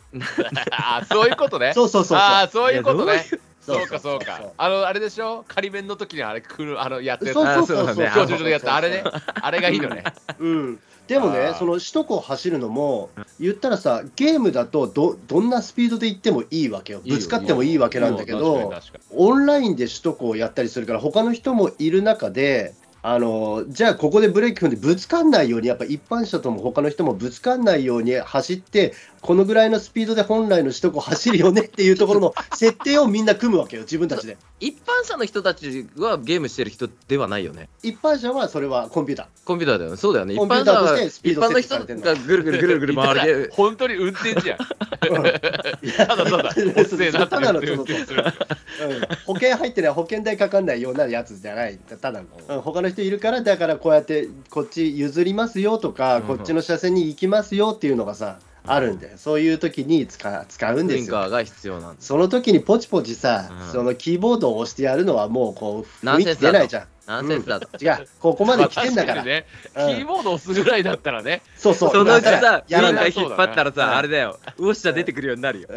Speaker 2: あーそういうことね
Speaker 3: (laughs) そうそうそうそう
Speaker 2: ああそういうこと
Speaker 1: いや
Speaker 2: ね
Speaker 1: どういう
Speaker 2: そうかそうか。あのあれでしょ仮面の時にあれ来るあのやって
Speaker 3: そう
Speaker 2: た
Speaker 3: そうそうそ
Speaker 1: あそううだね
Speaker 2: 教習所でやったあれね
Speaker 3: そうそう
Speaker 2: あれがいいのね。
Speaker 3: そううんでも
Speaker 2: あ
Speaker 3: ね
Speaker 2: ー
Speaker 3: その首都高走るのも言ったらさゲームだとどどんなスピードで行ってもいいわけよぶつかってもいいわけなんだけど、
Speaker 2: うん確かに確か
Speaker 3: オンラインで首都高をやったりするから他の人もいる中であのじゃあここでブレーキ踏んでぶつかんないようにやっぱ一般車とも他の人もぶつかんないように走ってこのぐらいのスピードで本来の首都高走るよねっていうところの設定をみんな組むわけよ自分たちで
Speaker 1: 一般者の人たちはゲームしてる人ではないよね。
Speaker 3: 一般車はそれはコンピュータ
Speaker 1: コンピューターだよね。そうだよね。一
Speaker 3: コンピュ
Speaker 1: 般
Speaker 3: ータ
Speaker 1: 者
Speaker 3: ーと
Speaker 1: は
Speaker 3: してスピー
Speaker 1: 一
Speaker 3: ド
Speaker 1: 般の
Speaker 3: 設定
Speaker 1: 人
Speaker 3: されてんだ
Speaker 1: がぐるぐるぐるぐる
Speaker 2: に。
Speaker 1: 回る
Speaker 2: だから (laughs) 本当に運転じゃん。
Speaker 3: ー
Speaker 2: ただただ、うっせえなって
Speaker 3: ただの
Speaker 2: 言って運転する。
Speaker 3: うん保険入ってない保険代かかんないようなやつじゃないただの、うん、他の人いるからだからこうやってこっち譲りますよとか、
Speaker 1: うん
Speaker 3: こっちの車線に行きますよっていうのがさあるんでそういう時に使う使うん
Speaker 1: ゲ
Speaker 3: で
Speaker 1: ン
Speaker 3: す
Speaker 1: カ
Speaker 3: よ
Speaker 1: ーが必要なんです。
Speaker 3: その時にポチポチさ、
Speaker 1: うん
Speaker 3: そのキーボードを押してやるのはもうこう
Speaker 1: ナ
Speaker 3: 雰
Speaker 1: ン
Speaker 3: 囲
Speaker 1: セン
Speaker 3: 気
Speaker 1: スだ
Speaker 3: 出
Speaker 1: と
Speaker 3: ないじゃん
Speaker 1: ナンセンスだと。
Speaker 3: 違うここまで来てんだか
Speaker 2: ま
Speaker 3: ら、
Speaker 2: あ確にね、キ
Speaker 3: うん
Speaker 2: ーボード押すぐらいだったらね、
Speaker 3: そうそう
Speaker 1: そのうち
Speaker 3: だから
Speaker 1: さ、
Speaker 3: や
Speaker 1: や
Speaker 3: ら
Speaker 1: ら
Speaker 3: な
Speaker 1: ないい引っ張ったら
Speaker 3: うん
Speaker 1: さ、あれだよ。ウォッシャー出てくるようになるよ。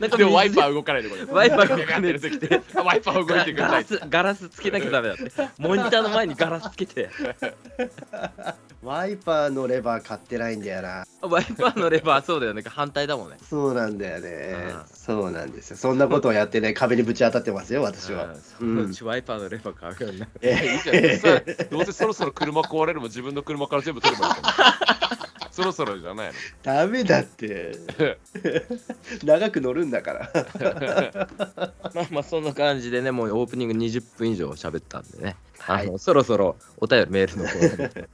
Speaker 1: なんか
Speaker 2: でもワイパ
Speaker 1: ー。
Speaker 2: ー動かないでこれ。
Speaker 1: ワイパーが
Speaker 2: ガ
Speaker 1: か
Speaker 2: ー
Speaker 1: ね
Speaker 2: ッ
Speaker 1: る
Speaker 2: て
Speaker 1: とき
Speaker 2: き
Speaker 1: て。
Speaker 2: て、ワイパー動いてく
Speaker 1: ガ
Speaker 2: ださい
Speaker 1: ラ。スガラスつけなきゃダメだって。モニターの前にガラスつけ
Speaker 3: (laughs)
Speaker 1: て。
Speaker 3: ワイパーのレバー買ってないんだよな
Speaker 1: ワイパーのレバー、そうだよね。反対だもんね。
Speaker 3: そうなんだよね
Speaker 1: うん
Speaker 3: そうなんですよそんなことをやってね壁にぶち当たってますよ私は、
Speaker 1: うんそのうちワイパーのレバー買うようになる。
Speaker 2: いいじゃんそしたらどうせそろそろ車壊れるも自分の車から全部取ればいいじゃんそろそろじゃない
Speaker 3: ダメだって。 (laughs) 長く乗るんだから。 (laughs)
Speaker 1: まあまあそんな感じでね、もうオープニング20分以上喋ったんでね、
Speaker 3: はい
Speaker 1: あのそろそろお便りメールのコーナー
Speaker 3: (laughs)
Speaker 1: に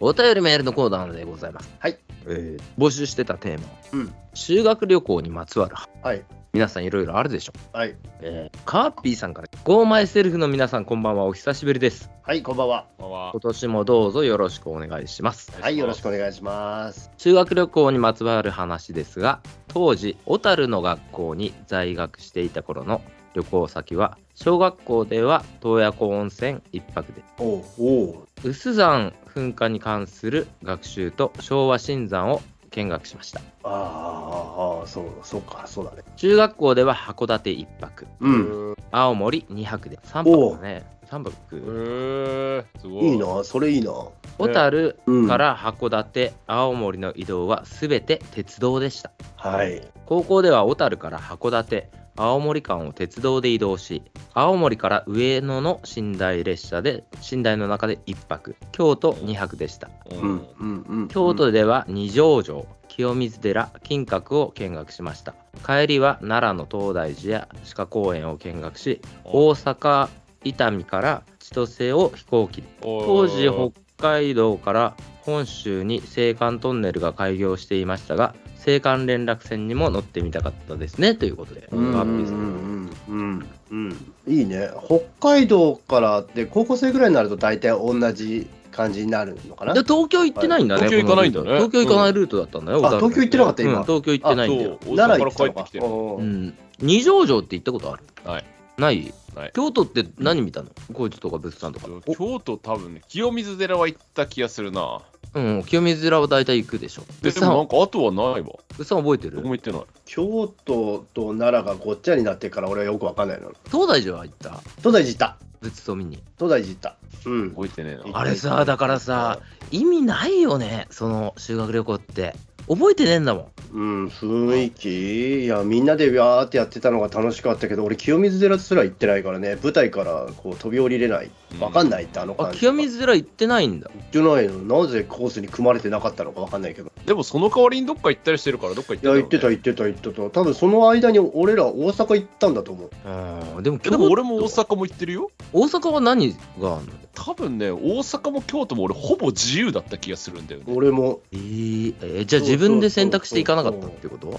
Speaker 1: お便りメールのコーナーでございます。
Speaker 3: はい、
Speaker 1: えー募集してたテーマ、
Speaker 3: うん
Speaker 1: 修学旅行にまつわる
Speaker 3: はい。
Speaker 1: 皆さんいろいろあるでしょ
Speaker 3: はい。
Speaker 1: えーカーピーさんから「ゴーマイセルフの皆さんこんばんはお久しぶりです
Speaker 3: はい、こんばんは。
Speaker 2: のは
Speaker 1: 今年もどうぞよろしくお願いします
Speaker 3: はい、よろしくお願いします。
Speaker 1: 修学旅行にまつわる話ですが当時小樽の学校に在学していた頃の旅行先は小学校では洞爺湖温泉1泊で
Speaker 3: おうおう
Speaker 1: 有珠山噴火に関する学習と昭和新山を見学しました
Speaker 3: あーあー、そう、そうか、そうだね。
Speaker 1: 中学校では函館1泊
Speaker 3: うん。
Speaker 1: 青森2泊で3泊だね3泊
Speaker 2: へーすごい
Speaker 3: いいな、それいいな。
Speaker 1: 小樽
Speaker 3: うん。
Speaker 1: から函館、青森の移動は全て鉄道でした
Speaker 3: はい。
Speaker 1: 高校では小樽から函館青森間を鉄道で移動し青森から上野の寝台列車で寝台の中で1泊京都2泊でした
Speaker 2: う
Speaker 3: うんん、うん、うん。
Speaker 1: 京都では二条城清水寺金閣を見学しました帰りは奈良の東大寺や鹿公園を見学し大阪伊丹から千歳を飛行機で当時北海道から本州に青函トンネルが開業していましたが青函連絡船にも乗ってみたかったですねということで
Speaker 3: うん、う
Speaker 1: ワ
Speaker 3: ん
Speaker 1: ンピース
Speaker 3: うん、うん、うん。いいね。北海道からって、高校生ぐらいになると大体同じ感じになるのかな
Speaker 1: で東京行ってないんだね、
Speaker 2: はい東京行かないんだね
Speaker 1: このルート東京行かないルートだったんだよ、
Speaker 3: うん
Speaker 1: 小樽
Speaker 3: あ東京行ってなかった今
Speaker 1: うん東京行ってないんだよ
Speaker 2: そう大阪から
Speaker 3: 行ってた
Speaker 2: 帰っ
Speaker 3: の
Speaker 2: て
Speaker 3: か
Speaker 2: きてる
Speaker 3: おう
Speaker 1: う
Speaker 3: おうん
Speaker 1: 二条城って行ったことある
Speaker 2: はい
Speaker 1: ない
Speaker 2: ない
Speaker 1: 京都って何見たの高知とか仏さんとか
Speaker 2: 京都多分ね清水寺は行った気がするな
Speaker 1: うん清水寺は大体行くでしょ
Speaker 2: で
Speaker 1: 仏
Speaker 2: も
Speaker 1: さ
Speaker 2: なん
Speaker 1: ん
Speaker 2: かあとはないわ
Speaker 1: 仏さん覚えて
Speaker 2: ど
Speaker 1: る
Speaker 2: こも行ってない
Speaker 3: 京都と奈良がごっちゃになってから、俺はよくわかんないの。
Speaker 1: 東大寺は行った
Speaker 3: 東大寺行った。
Speaker 1: 仏と見に
Speaker 3: 東大寺行った。うん。
Speaker 2: 覚えてねえな
Speaker 1: あれさだからさ意味ないよねその修学旅行って覚えてねえんだもん
Speaker 3: うん、雰囲気、いや、みんなでわーってやってたのが楽しかったけど、俺、清水寺すら行ってないからね、舞台からこう飛び降りれない、わかんないって、あの
Speaker 1: あ
Speaker 3: 感じ。
Speaker 1: 清水寺行ってないんだ
Speaker 3: 行ってないの、なぜコースに組まれてなかったのかわかんないけど、
Speaker 2: でもその代わりにどっか行ったりしてるからどっか行っ
Speaker 3: い
Speaker 2: て
Speaker 3: や、
Speaker 2: る
Speaker 3: 行ってた、行ってた、行ってた、多分その間に俺ら、大阪行ったんだと思う。
Speaker 1: うんでも
Speaker 2: でも俺も大
Speaker 1: 大
Speaker 2: 阪も行ってるよ
Speaker 1: 阪は何があんの
Speaker 2: 多分ね大阪も京都も俺ほぼ自由だった気がするんだよね
Speaker 3: 俺も、
Speaker 1: えーえじゃあ自分で選択していかなかったってこと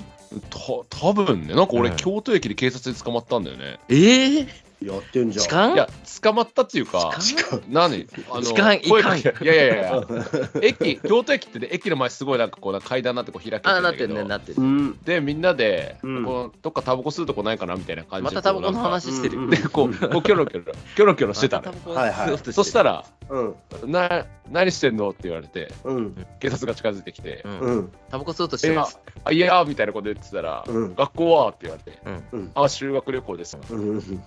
Speaker 2: た多分ねなんか俺
Speaker 1: うん
Speaker 2: 京都駅で警察に捕まったんだよね
Speaker 1: ええ
Speaker 3: やってんじゃん。
Speaker 1: 痴漢
Speaker 2: いや捕まったっていうか
Speaker 1: 痴漢
Speaker 2: 何あ
Speaker 1: 痴漢いかん
Speaker 2: 声かけいやいやいやいや駅京都駅ってね駅の前すごいなんかこうなんか階段になってこう開けて
Speaker 1: あ
Speaker 2: る
Speaker 1: あ
Speaker 2: ん
Speaker 1: なっ
Speaker 2: だ
Speaker 1: て
Speaker 2: け
Speaker 1: る
Speaker 2: ど
Speaker 1: ねなって
Speaker 3: う
Speaker 1: る
Speaker 3: ん。
Speaker 2: でみんなで、
Speaker 3: うん
Speaker 2: こうどっかタバコ吸うとこないかなみたいな感じ
Speaker 1: ま
Speaker 2: で
Speaker 1: たタバコの
Speaker 2: こ
Speaker 1: 話してる
Speaker 3: うん
Speaker 2: うなんかでこうこうキョロキョロキョロキョロしてたの
Speaker 1: ま
Speaker 2: よ
Speaker 1: タバコ
Speaker 3: はいはい
Speaker 1: 吸おうとしてる
Speaker 2: そしたら
Speaker 3: うん。
Speaker 2: 「な何してんの?」って言われて
Speaker 3: うん。
Speaker 2: 警察が近づいてきて
Speaker 1: うん
Speaker 3: うん。
Speaker 1: タバコ吸おうとし
Speaker 2: 「
Speaker 1: て
Speaker 2: え
Speaker 1: ます
Speaker 2: あいやー」みたいなこと言ってたら「
Speaker 3: うん
Speaker 2: 学校は?」って言われて
Speaker 3: うん
Speaker 2: 「あ修学旅行です」
Speaker 3: うん。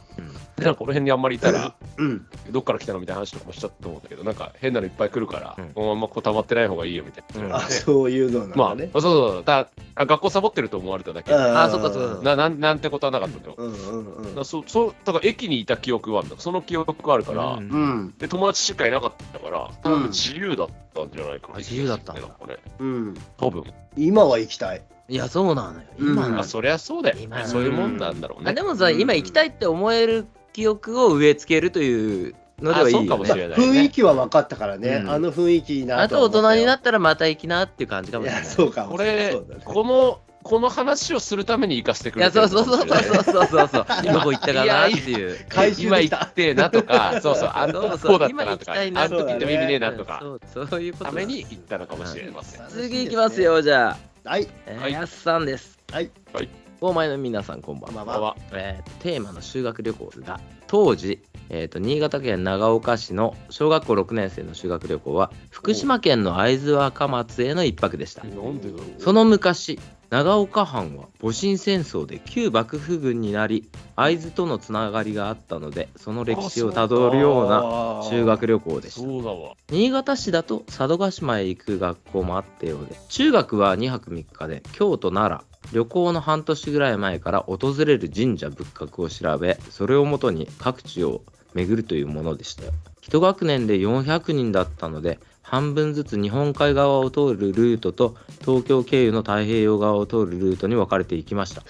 Speaker 2: でなんかこの辺にあんまりいたら
Speaker 3: うん。
Speaker 2: どっから来たのみたいな話とかもしちゃったと思うんだけどなんか変なのいっぱい来るから、
Speaker 4: うん
Speaker 2: このままこう溜まってない方がいいよみたいな、
Speaker 4: うん
Speaker 3: あ、そういうのなん
Speaker 2: まあ
Speaker 3: だね。
Speaker 2: そうそうそうだあ学校サボってると思われただけ、
Speaker 3: あ
Speaker 1: あそっかそっか
Speaker 2: ななんなんてことはなかったんだよ、
Speaker 3: うんうんう
Speaker 2: だ
Speaker 3: ん
Speaker 2: からそそうだから駅にいた記憶があるんだその記憶があるから、
Speaker 4: うん
Speaker 3: うん
Speaker 2: で友達しかいなかったから多
Speaker 3: うん
Speaker 2: 分自由だったんじゃないかな、
Speaker 1: あ自由だったんだ
Speaker 2: これ
Speaker 3: うん
Speaker 2: 多分
Speaker 3: 今は行きたい
Speaker 1: いやそうなのよ
Speaker 3: うん
Speaker 1: 今なの
Speaker 2: あ
Speaker 1: よ
Speaker 2: そりゃそうだよ
Speaker 1: 今
Speaker 2: そういうもんなんだろうね
Speaker 1: あでもさ今行きたいって思える記憶を植え付けるというのではいい
Speaker 2: あそうか
Speaker 1: よ
Speaker 2: もし
Speaker 1: ね
Speaker 2: れない
Speaker 3: 雰囲気は分かったからね、
Speaker 1: うん
Speaker 3: あの雰囲気いいな
Speaker 1: あと大人にな
Speaker 3: っ
Speaker 1: ったらまた行きなっていう感じ
Speaker 3: た
Speaker 1: か
Speaker 3: い
Speaker 1: もしれない。
Speaker 3: やそうかも
Speaker 2: これ
Speaker 3: そうだね
Speaker 2: このこの話をするために生かしてく
Speaker 1: い
Speaker 2: れ
Speaker 1: や
Speaker 2: てる
Speaker 1: そう
Speaker 2: のか
Speaker 1: そうそ
Speaker 2: もし
Speaker 1: う
Speaker 2: れ
Speaker 1: そ
Speaker 2: ない
Speaker 1: うそうそう (laughs) そう。今こう行ったかなっていう。
Speaker 3: 回収
Speaker 2: 今
Speaker 3: でき
Speaker 2: 行
Speaker 3: た
Speaker 2: ってえな
Speaker 1: (laughs)
Speaker 2: とか、そうそう、あ
Speaker 1: そうそ
Speaker 2: の
Speaker 1: う
Speaker 2: こうだったなと
Speaker 1: 今行きた
Speaker 2: か、あ
Speaker 1: いな
Speaker 2: の時行っても意味ねえなとか、
Speaker 1: そうそういうことだ
Speaker 2: ために行ったのかもしれません。
Speaker 1: 次行きますよじゃあ。
Speaker 3: はい
Speaker 1: えー
Speaker 2: はい
Speaker 1: やっさんです。
Speaker 3: はい
Speaker 2: はい。
Speaker 1: お前の皆さんこんばんは。
Speaker 3: まあま
Speaker 2: こんばん
Speaker 3: あ
Speaker 2: は
Speaker 1: えーテーマの修学旅行ですが当時、えー、と新潟県長岡市の小学校6年生の修学旅行は福島県の会津若松への一泊でした
Speaker 2: なんでだろう
Speaker 1: その昔長岡藩は戊辰戦争で旧幕府軍になり会津とのつながりがあったのでその歴史をたどるような
Speaker 3: な
Speaker 1: 修学旅行でした
Speaker 2: そうだわ。
Speaker 1: 新潟市だと佐渡島へ行く学校もあったようで中学は2泊3日で京都奈良旅行の半年ぐらい前から訪れる神社仏閣を調べそれをもとに各地を巡るというものでしたよ一学年で400人だったので半分ずつ日本海側を通るルートと東京経由の太平洋側を通るルートに分かれていきました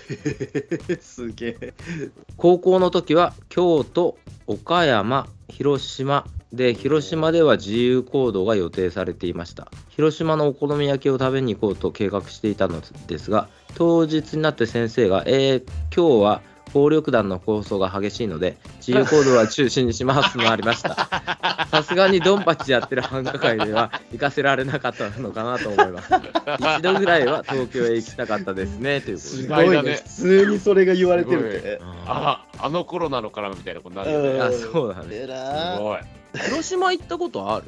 Speaker 3: すげえ
Speaker 1: 高校の時は京都岡山広島で広島では自由行動が予定されていました広島のお好み焼きを食べに行こうと計画していたのですが当日になって先生が「えー、今日は暴力団の抗争が激しいので自由行動は中止にします」となりましたさすがにドンパチやってる繁華街では行かせられなかったのかなと思います一度ぐらいは東京へ行きたかったですねということ
Speaker 3: す
Speaker 1: で
Speaker 3: ごい
Speaker 2: 意
Speaker 3: ね
Speaker 2: 外だね
Speaker 3: 普通にそれが言われてるって
Speaker 2: あ、あの頃なのかなみたいなことになるよ
Speaker 3: うん
Speaker 2: ね。
Speaker 1: あそうだね
Speaker 3: え
Speaker 2: す
Speaker 3: らー
Speaker 2: ごい。
Speaker 1: 広島行ったことある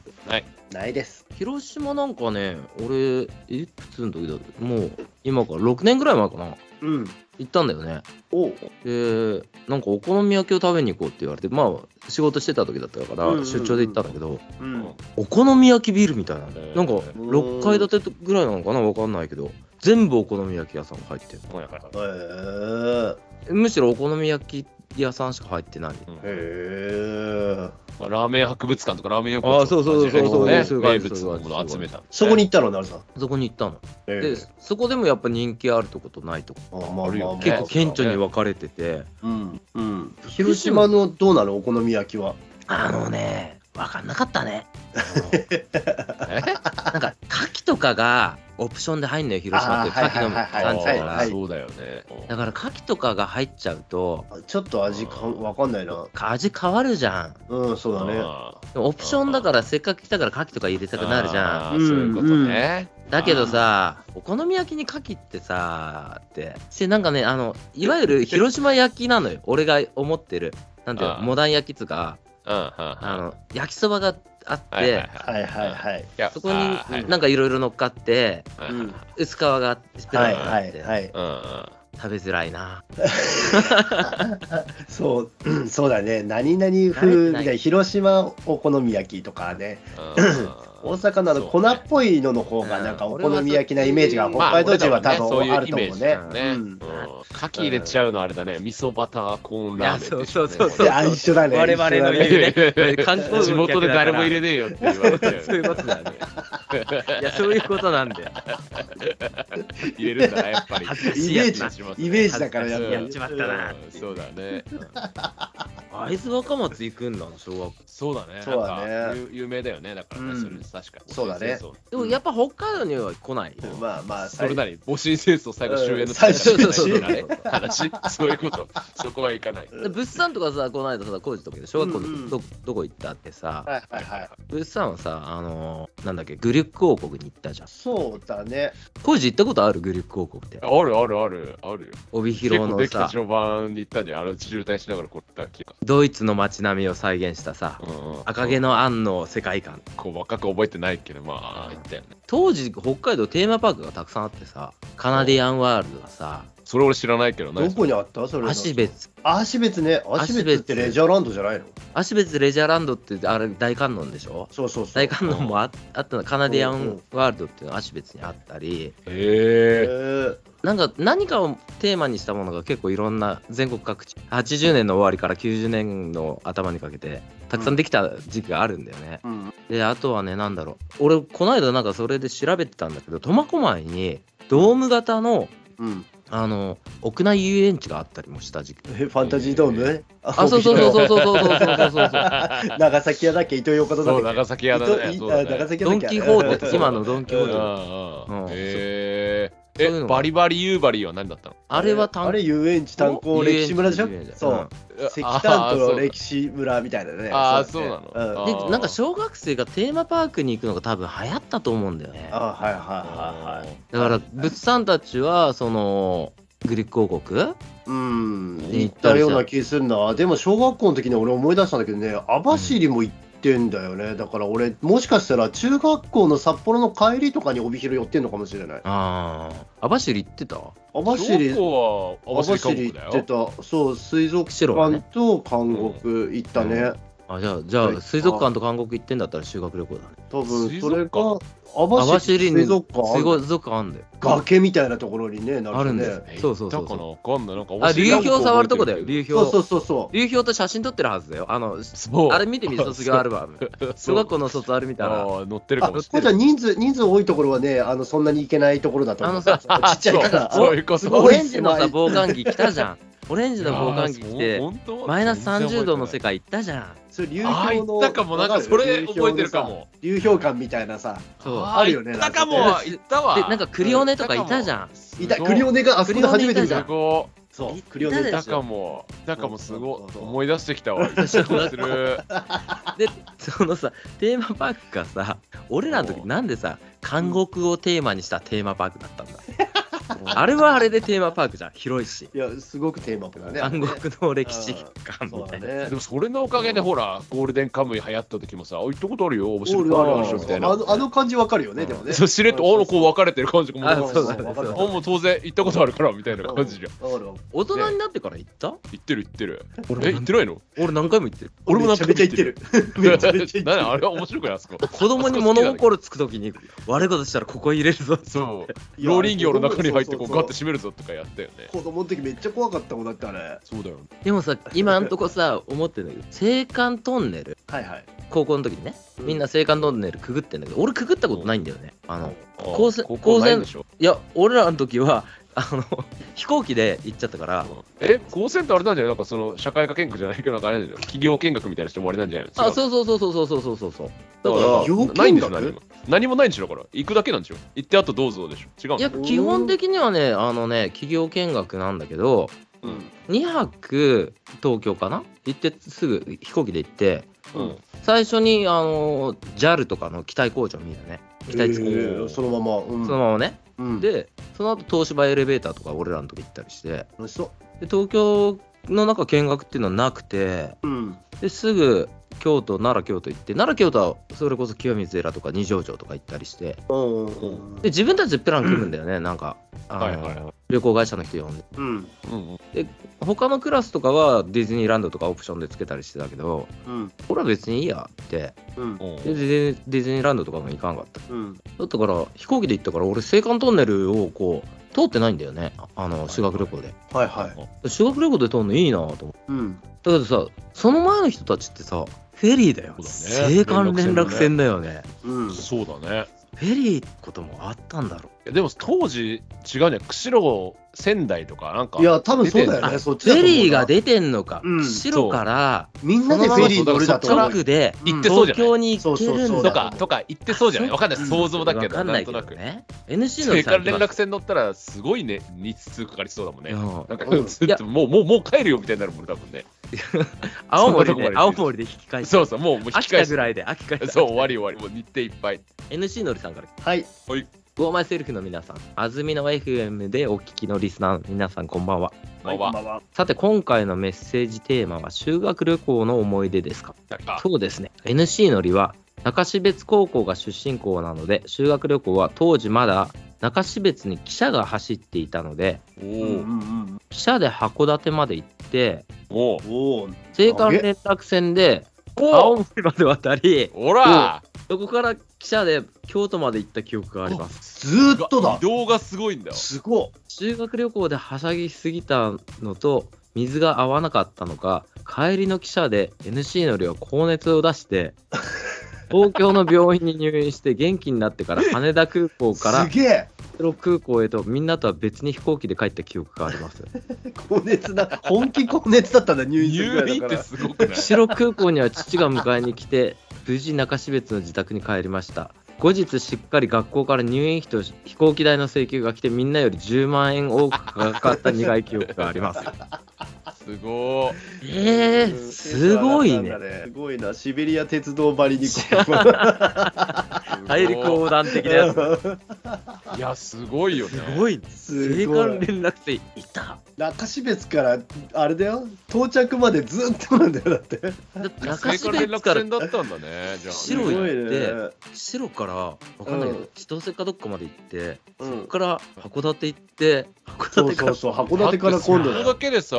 Speaker 3: ないです
Speaker 1: 広島なんかね俺いくつの時だってもう今から6年ぐらい前かな
Speaker 3: うん
Speaker 1: 行ったんだよね
Speaker 3: おう
Speaker 1: でなんかお好み焼きを食べに行こうって言われてまあ仕事してた時だったか
Speaker 3: うんうんう
Speaker 1: ら
Speaker 3: ん
Speaker 1: 出張で行ったんだけど、
Speaker 3: うん
Speaker 1: お好み焼きビルみたいなねなんか
Speaker 2: うん
Speaker 1: 6階建てぐらいなのかなわかんないけど全部お好み焼き屋さんが入って
Speaker 2: そうやから
Speaker 3: へー
Speaker 1: るむしろお好み焼き屋さんしか入ってない
Speaker 2: うん
Speaker 3: へえ
Speaker 2: まあラーメン博物館とかラーメン
Speaker 1: あーそうそうそうそう
Speaker 2: ね
Speaker 1: そういう感
Speaker 2: 名
Speaker 1: じ
Speaker 2: 物のものを集めた。
Speaker 3: そこに行ったのなるさん
Speaker 1: そこに行ったの
Speaker 3: え
Speaker 1: でそこでもやっぱ人気あるとことないとこ
Speaker 3: あまあまあ
Speaker 2: ある
Speaker 3: まあ
Speaker 2: よね
Speaker 1: 結構顕著に分かれてて、
Speaker 3: うんうん広島のどうなのお好み焼きは
Speaker 1: あのね、わかんなかったね。
Speaker 2: え
Speaker 1: なんか、牡蠣とかがオプションで入んのよ、広島って。
Speaker 3: あー
Speaker 1: 牡蠣の
Speaker 3: はい
Speaker 1: 産
Speaker 3: は
Speaker 1: 地だ
Speaker 3: いはい
Speaker 1: か
Speaker 3: は
Speaker 1: ら
Speaker 3: い。
Speaker 2: そうだよね。
Speaker 1: だから、牡蠣とかが入っちゃうと、
Speaker 3: ちょっと味かわかんないな
Speaker 1: 味変わるじゃん。
Speaker 3: うんそうだね
Speaker 2: あー
Speaker 1: でもオプションだから、せっかく来たから牡蠣とか入れたくなるじゃ
Speaker 2: あーそういうことね。
Speaker 1: ん。だけどさ、お好み焼きに牡蠣ってさ、って。して、なんかね、あの、いわゆる広島焼きなのよ。俺が思ってる。なんていうの
Speaker 2: あー
Speaker 1: モダン焼きっつうか、
Speaker 2: うんうんうん
Speaker 1: あの、焼きそばがあって、
Speaker 2: はいはいはい
Speaker 3: はいはいはい
Speaker 2: いや
Speaker 1: そこに
Speaker 2: あーはい
Speaker 1: なんかいろいろ乗っかって、
Speaker 2: はい
Speaker 3: うん
Speaker 1: 薄皮がスペラ
Speaker 3: はい
Speaker 1: ーがあ
Speaker 3: は
Speaker 1: っ
Speaker 3: い
Speaker 1: て
Speaker 3: はい
Speaker 2: うんうん
Speaker 1: 食べづらいな
Speaker 3: そううんそうだね何々風み
Speaker 1: 慣れ
Speaker 3: た
Speaker 1: て
Speaker 3: い
Speaker 1: な
Speaker 3: ない広島お好み焼きとかね大阪のあの
Speaker 2: そ
Speaker 3: 粉
Speaker 2: うね
Speaker 3: っぽいのの方がなんかお好み焼きなイメージが
Speaker 1: うん
Speaker 3: 北海道人は多
Speaker 2: まあ俺ら
Speaker 3: 分あ
Speaker 2: はね
Speaker 3: ると思
Speaker 2: そういうイメ
Speaker 3: うね
Speaker 1: ージ。
Speaker 2: ね、
Speaker 3: う
Speaker 2: うん
Speaker 3: ん
Speaker 2: 牡蠣入れちゃうのあれだね、味噌バターコーンラーメンっ
Speaker 1: い
Speaker 2: てい
Speaker 1: や
Speaker 2: う
Speaker 1: そうそうそう
Speaker 3: いや一緒だね。
Speaker 1: 我々の
Speaker 3: 一緒だ
Speaker 1: 言うね
Speaker 3: ね
Speaker 1: 観光
Speaker 2: (laughs) 地元で誰も入れねえよって言われて、
Speaker 1: そういうことだよねいやそういうことなんだよ
Speaker 2: 入れるんだな、やっぱり。
Speaker 1: 恥ずか
Speaker 3: イ
Speaker 1: しい
Speaker 3: メ
Speaker 1: や
Speaker 3: ー
Speaker 1: つ
Speaker 3: ジ
Speaker 1: だ
Speaker 2: します
Speaker 3: イメージだから
Speaker 2: う
Speaker 3: や
Speaker 2: ん
Speaker 3: っぱ
Speaker 1: や
Speaker 3: り
Speaker 1: っちまったな
Speaker 2: うんそうだね。
Speaker 1: 会津若松行くんだな小学校
Speaker 2: そうだね。
Speaker 3: そうだね
Speaker 2: なんか有有名だよね。だからね、
Speaker 3: うん
Speaker 2: それ確かに。
Speaker 3: そうだね
Speaker 2: そう
Speaker 1: でもやっぱ北海道には来ないよ
Speaker 3: まあまあ、
Speaker 2: それなり、戊辰戦争最後終焉の
Speaker 3: 最
Speaker 1: 終焉
Speaker 2: みたいなね (laughs)
Speaker 1: (laughs)
Speaker 2: 話、そういうこと、そこはいかない。
Speaker 1: で物産とかさこの間さ工事とかで小学校の時、
Speaker 3: うんうん
Speaker 1: どどこ行ったってさ、
Speaker 3: はいはいはい。
Speaker 1: 物産はさあのーなんだっけグリュック王国に行ったじゃん
Speaker 3: そうだね。
Speaker 1: 工事行ったことあるグリュック王国って
Speaker 2: あるあるあるあるよ。
Speaker 1: 帯
Speaker 2: 結
Speaker 1: 広
Speaker 2: 構
Speaker 1: の
Speaker 2: できた
Speaker 1: さ
Speaker 2: 序盤に行ったんじゃん。あの渋滞しながらこった気が。
Speaker 1: ドイツの街並みを再現したさ
Speaker 2: うんうん
Speaker 1: 赤毛の庵の世界観
Speaker 2: こう若く覚えてないけど、まあ、行ったよね。
Speaker 1: 当時北海道テーマパークがたくさんあってさカナディアンワールドがさ
Speaker 2: それ俺知らないけどね。
Speaker 3: どこにあったそれ。
Speaker 1: 芦。別
Speaker 3: 足別ね。足別ってレジャーランドじゃないの
Speaker 1: 芦別レジャーランドってあれ大観音でしょ
Speaker 3: そうそうそう。
Speaker 1: 大観音もああったのカナディアンワールドっていうのが芦別にあったり
Speaker 3: え
Speaker 2: ええ
Speaker 3: ー、
Speaker 1: なんか何かをテーマにしたものが結構いろんな全国各地80年の終わりから90年の頭にかけてたくさんできた時期があるんだよね、
Speaker 3: うん。
Speaker 1: であとはねなんだろう俺この間なんかそれで調べてたんだけど苫小牧にドーム型の
Speaker 3: うん。
Speaker 1: あの屋内遊園地があったりもした時期
Speaker 3: えファンタジードーム、
Speaker 1: あそうそうそうそうそうそうそうそうそう
Speaker 3: う。長崎屋だっけ、伊東洋華堂だっ
Speaker 2: そ
Speaker 3: け。
Speaker 2: う、長崎屋だね。
Speaker 3: 伊
Speaker 2: そ
Speaker 3: 東
Speaker 2: う
Speaker 3: あ
Speaker 2: だ
Speaker 3: 長
Speaker 2: ね。
Speaker 3: 崎
Speaker 1: ド
Speaker 3: 屋だっ
Speaker 1: ン・
Speaker 3: け
Speaker 1: キホーテ
Speaker 3: うん
Speaker 1: 今のドン・キホーテの
Speaker 2: うんうん
Speaker 1: うんそういう
Speaker 2: ええ
Speaker 1: の
Speaker 2: え、
Speaker 1: が
Speaker 2: バリバリ夕張は何だったの
Speaker 1: あれは
Speaker 3: あれ遊園地炭鉱歴史村でしょ
Speaker 1: 遊園地
Speaker 3: そう。石炭との歴史村みたいなね。
Speaker 2: あー
Speaker 3: そうだね
Speaker 2: そうなの
Speaker 3: ん
Speaker 2: あ
Speaker 1: で
Speaker 2: ー
Speaker 1: なんか小学生がテーマパークに行くのが多分流行ったと思うんだよね
Speaker 3: あーはい
Speaker 2: あ
Speaker 3: はいはいはい。
Speaker 1: だから物産たちはそのグリック王国
Speaker 3: うん、
Speaker 1: 行
Speaker 3: 行
Speaker 1: っ
Speaker 3: ったた
Speaker 1: りした
Speaker 3: ような気するな。でも小学校の時に俺思い出したんだけどね、網走も行ってんだよね。だから俺、もしかしたら中学校の札幌の帰りとかに帯広寄ってんのかもしれない。
Speaker 1: ああ網走行ってた
Speaker 3: 網
Speaker 2: ー
Speaker 3: 走、
Speaker 2: 小学校は網
Speaker 3: 網
Speaker 2: 走
Speaker 3: 走
Speaker 2: 韓国だ
Speaker 3: 行って
Speaker 2: よ。
Speaker 3: た。そう、水族
Speaker 1: 釧路は
Speaker 3: 館
Speaker 1: ね
Speaker 3: と韓国行ったね。
Speaker 1: あじゃあじゃあ水族館と韓国行ってんだったら修学旅行だね
Speaker 3: 多分
Speaker 2: 水
Speaker 3: そ
Speaker 2: 族
Speaker 3: れ
Speaker 2: 館
Speaker 3: が、網
Speaker 1: 網走
Speaker 3: 走
Speaker 1: に
Speaker 3: 水族館
Speaker 1: 水族館あんだよ
Speaker 3: 崖みたいなところにね、な
Speaker 1: あるんだ
Speaker 3: ね。
Speaker 1: よそうそうそう
Speaker 2: 行ったかな
Speaker 1: そ
Speaker 2: わかんない。なんか
Speaker 1: うあ流氷触るとこだよ
Speaker 2: 流
Speaker 1: 流
Speaker 3: そうそ
Speaker 1: 氷
Speaker 3: うそうそ
Speaker 1: 流氷と写真撮ってるはずだよあの
Speaker 2: そう。
Speaker 1: あれ見てみ卒業アルバム
Speaker 2: (laughs) そう
Speaker 1: 小学校の卒アル見たら
Speaker 2: あー乗ってる
Speaker 3: う。あ、
Speaker 2: か
Speaker 3: こ
Speaker 2: もし
Speaker 3: う
Speaker 2: れ
Speaker 3: ち
Speaker 2: な
Speaker 3: ゃ
Speaker 2: い。
Speaker 3: ん人数、人数多いところはね、あの、そんなに行けないところだと思
Speaker 1: あ
Speaker 3: う。
Speaker 1: のさ
Speaker 3: そうちっちゃいから。
Speaker 2: そうそういうこと。
Speaker 3: ご
Speaker 1: オ
Speaker 3: い
Speaker 1: レンジのさ防寒着来たじゃんオレンジの防寒着着てマイナス30度の世
Speaker 2: 界。
Speaker 1: 界行ったじゃん
Speaker 3: それ流
Speaker 2: あー
Speaker 3: 氷
Speaker 2: 行
Speaker 3: の。
Speaker 2: ったかも、なんかそれ覚えてるかも。
Speaker 3: 流氷館みたいなさ、
Speaker 1: そう
Speaker 2: ー
Speaker 3: あるよね
Speaker 2: 行ったかも
Speaker 3: なん、
Speaker 1: かね
Speaker 2: 行ったわ。
Speaker 1: でなんかクリオネとかいたじゃん
Speaker 3: いたクリオネがあそこで初めて見
Speaker 1: じゃ
Speaker 3: た
Speaker 2: す
Speaker 1: ん。
Speaker 2: ごい。
Speaker 3: そう、
Speaker 1: い
Speaker 3: クリオネ
Speaker 1: い
Speaker 2: い
Speaker 1: た
Speaker 2: た
Speaker 1: でしょ
Speaker 2: かも、いたかも、す
Speaker 3: そ
Speaker 2: ご
Speaker 3: う
Speaker 2: い。
Speaker 3: そうそう
Speaker 2: 思い出してきた
Speaker 1: (laughs)
Speaker 2: わ。いた気がする。
Speaker 1: でそのさテーマパークがさ俺らの時なんでさ監獄をテーマにしたテーマパークだったんだあれはあれでテーマパークじゃん広いし
Speaker 3: いや、すごくテーマだね。
Speaker 1: 監獄の歴史観
Speaker 3: そ
Speaker 1: み
Speaker 3: う
Speaker 1: た
Speaker 3: だ
Speaker 1: いな
Speaker 2: で
Speaker 3: ね。
Speaker 2: もそれのおかげでほら、ゴールデンカムイ流行った時もさ、あ行ったことある (laughs) よ、面白い
Speaker 3: あ
Speaker 2: ことあるでしょみたいな。
Speaker 3: のあの感じわかるよね、でもね。
Speaker 2: そうしれっと、あの子分かれてる感じかも。
Speaker 1: あ
Speaker 2: あ
Speaker 1: そうだね
Speaker 3: わかるわかる
Speaker 2: もう当然行ったことあるからみたいな感じじゃん。
Speaker 3: わかるわかる
Speaker 1: 大人になってから行った
Speaker 2: 行ってる行ってる。え、
Speaker 1: 俺
Speaker 2: 行ってないの
Speaker 1: 俺何回も行ってる
Speaker 2: 俺もなんか
Speaker 3: めちゃめちゃ言ってる。めちゃめちゃ言 (laughs) っ
Speaker 2: (laughs)
Speaker 3: て
Speaker 2: な
Speaker 3: る
Speaker 2: ん。あれは面白くないあそこ。
Speaker 1: 子供に物心つく時に悪いことしたらここ入れるぞ
Speaker 2: そう。ローリン業の中に入ってこうガッて閉めるぞとかやったよね。
Speaker 3: 子供の時めっちゃ怖かったもんだってあれ。は
Speaker 2: そうだよ。
Speaker 1: でもさ今んとこさ思ってんだけど青函トンネル
Speaker 3: いはい。
Speaker 1: 高校の時にねみんな青函トンネルくぐってんだけど俺くぐったことないんだよねあの
Speaker 2: あ
Speaker 1: 高専
Speaker 2: 高校ないんでしょ。
Speaker 1: いや俺らの時はあの飛行機で行っちゃったから
Speaker 2: え、高専ってあれなんじゃないなんかその社会科見学じゃないけど、なんかあれなんじゃない企業見学みたいな人もあれなんじゃないの
Speaker 1: あそうそうそうそうそうそうそうそうそうだ
Speaker 2: だ
Speaker 1: か
Speaker 2: からら、
Speaker 3: 要件
Speaker 2: ないんでしょ、
Speaker 3: だけ
Speaker 2: 何も。何もないんでしょ、だから。行くだけなんでしょ。行ってあとどうぞでしょ。違
Speaker 1: い
Speaker 2: うの
Speaker 1: や基本的にはねあのね企業見学なんだけど2泊東京かな行ってすぐ飛行機で行って
Speaker 2: うん。
Speaker 1: 最初にあの JAL とかの機体工場見るね機体作る、
Speaker 2: る
Speaker 3: えーそのまま。うん
Speaker 1: そのままね、
Speaker 3: うん、
Speaker 1: でその後東芝エレベーターとか俺らの時行ったりして
Speaker 3: 楽しそ
Speaker 1: で東京の中見学っていうのはなくて
Speaker 3: う。うん。
Speaker 1: ですぐ京都奈良京都行って奈良京都はそれこそ清水寺とか二条城とか行ったりして
Speaker 3: うんうん
Speaker 1: で自分たちでプラン組むんだよね、なんかあの、
Speaker 2: はいは
Speaker 1: 旅行会社の人呼んで
Speaker 3: うん。
Speaker 2: うん。
Speaker 1: 他のクラスとかはディズニーランドとかオプションでつけたりしてたけど
Speaker 3: うん。
Speaker 1: 俺は別にいいやって
Speaker 3: うん。
Speaker 2: うん
Speaker 1: でディズディズニーランドとかも行かんかった
Speaker 3: うん。
Speaker 1: だったから飛行機で行ったから俺青函トンネルをこう通ってないんだよねああの修学旅行で、
Speaker 3: はいはい。
Speaker 1: 修学旅行で通るのいいなと思って
Speaker 3: うん。
Speaker 1: だけどさその前の人たちってさフェリーだよ
Speaker 2: そうだね
Speaker 1: 青函連絡船だよね
Speaker 3: うん。
Speaker 2: そうだね。
Speaker 1: フェリーってこともあったんだろう。
Speaker 2: いやでも当時違うんじゃない釧路仙台とかなんか
Speaker 3: いや、多分そうだよね、そっち
Speaker 1: フ
Speaker 3: だ
Speaker 1: ェ
Speaker 3: と思うな
Speaker 1: リーが出てんのか、
Speaker 3: うん
Speaker 1: 白から
Speaker 3: みんなでフェリーに乗るだと思う。
Speaker 1: 直で
Speaker 2: 行ってそう
Speaker 1: 東
Speaker 2: じゃない
Speaker 1: 京に行けるん
Speaker 3: そう
Speaker 1: だ
Speaker 2: と
Speaker 3: だ
Speaker 2: かとか言ってそうじゃない
Speaker 1: そう
Speaker 2: わかんない想像だけど
Speaker 1: わかんないけ
Speaker 2: な
Speaker 1: ど
Speaker 2: んとなく
Speaker 1: ね。NC
Speaker 2: そ
Speaker 1: の
Speaker 2: れ
Speaker 1: り
Speaker 2: から
Speaker 1: さんと
Speaker 2: 連
Speaker 1: か
Speaker 2: 絡船乗ったらすごいね日数かかりそうだもんね
Speaker 1: うん
Speaker 2: なんか
Speaker 3: うん
Speaker 2: ずっともうもうもう帰るよみたいになるもんね多分ね
Speaker 1: 青森
Speaker 2: そ
Speaker 1: で
Speaker 2: んなとこまで
Speaker 1: 青森で引き返す。
Speaker 2: そうそうもうもう引
Speaker 1: 秋
Speaker 2: き返
Speaker 1: 田
Speaker 2: す
Speaker 1: ぐらいで秋田ぐらいで
Speaker 2: そう終わり終わりもう日程いっぱい
Speaker 1: NC のりさんから
Speaker 3: はい。
Speaker 1: ゴーマイセルフの皆さん、安住の FM でお聞きのリスナーの皆さん、こんばんは。
Speaker 2: まあ
Speaker 3: こん
Speaker 2: ま
Speaker 3: ばんは
Speaker 1: さて、今回のメッセージテーマは修学旅行の思い出ですか
Speaker 2: ああ
Speaker 1: そうですね。NC のりは、中標別高校が出身校なので、修学旅行は当時まだ中標別に汽車が走っていたので、
Speaker 2: お
Speaker 3: うんう
Speaker 2: ー
Speaker 3: ん
Speaker 1: 汽車で函館まで行って、
Speaker 2: おー
Speaker 3: うんおー
Speaker 1: 青函連絡船で青
Speaker 2: おー
Speaker 1: 森まで渡り、
Speaker 2: ほら
Speaker 1: そこから汽車で京都まで行った記憶があります。
Speaker 3: ずーっと
Speaker 2: 移
Speaker 3: だ。
Speaker 2: 動がすごいんだよ
Speaker 3: すごい。
Speaker 1: 修学旅行ではしゃぎすぎたのと水が合わなかったのか帰りの汽車で NC のりは高熱を出して
Speaker 3: (laughs)
Speaker 1: 東京の病院に入院して元気になってから羽田空港から
Speaker 3: すげえ。
Speaker 1: ロ空港へとみんなとは別に飛行機で帰った記憶があります
Speaker 3: 高熱だ。本気高熱だったんだ、入院するぐ
Speaker 2: 入
Speaker 3: らい
Speaker 2: 院
Speaker 3: だ
Speaker 2: って
Speaker 3: から。
Speaker 2: す
Speaker 1: (laughs)
Speaker 2: ごくない
Speaker 1: 釧路空港には父が迎えに来て無事中標津の自宅に帰りました後日しっかり学校から入院費と飛行機代の請求が来てみんなより10万円多くかかった苦い記憶があります
Speaker 2: すごー
Speaker 1: えー、すごいね。
Speaker 3: すごいな、シベリア鉄道ばりに。
Speaker 2: すごー
Speaker 1: 大陸横断的なやつ。
Speaker 2: いやすごいよね
Speaker 1: すごいね。
Speaker 3: す
Speaker 1: 青
Speaker 3: ご
Speaker 1: 函
Speaker 3: い。
Speaker 1: 連絡船いた。
Speaker 3: 中標津から、あれだよ、到着までずっとなんだよ、だって。
Speaker 1: だって中
Speaker 2: 中
Speaker 1: 標
Speaker 2: 島連
Speaker 1: 津
Speaker 2: 絡
Speaker 1: から
Speaker 2: 船だったんだねじゃあね
Speaker 1: 白い
Speaker 3: すごいね。
Speaker 1: 白からわかんないけど、千歳かどっかまで行って、
Speaker 3: う
Speaker 1: そ
Speaker 3: ん
Speaker 1: こから函館行って、函
Speaker 3: そう
Speaker 1: 館か
Speaker 3: そう
Speaker 1: ら。
Speaker 3: そう、函館から今度
Speaker 2: そ
Speaker 3: だ
Speaker 2: れ
Speaker 3: よ
Speaker 2: だ。けでさ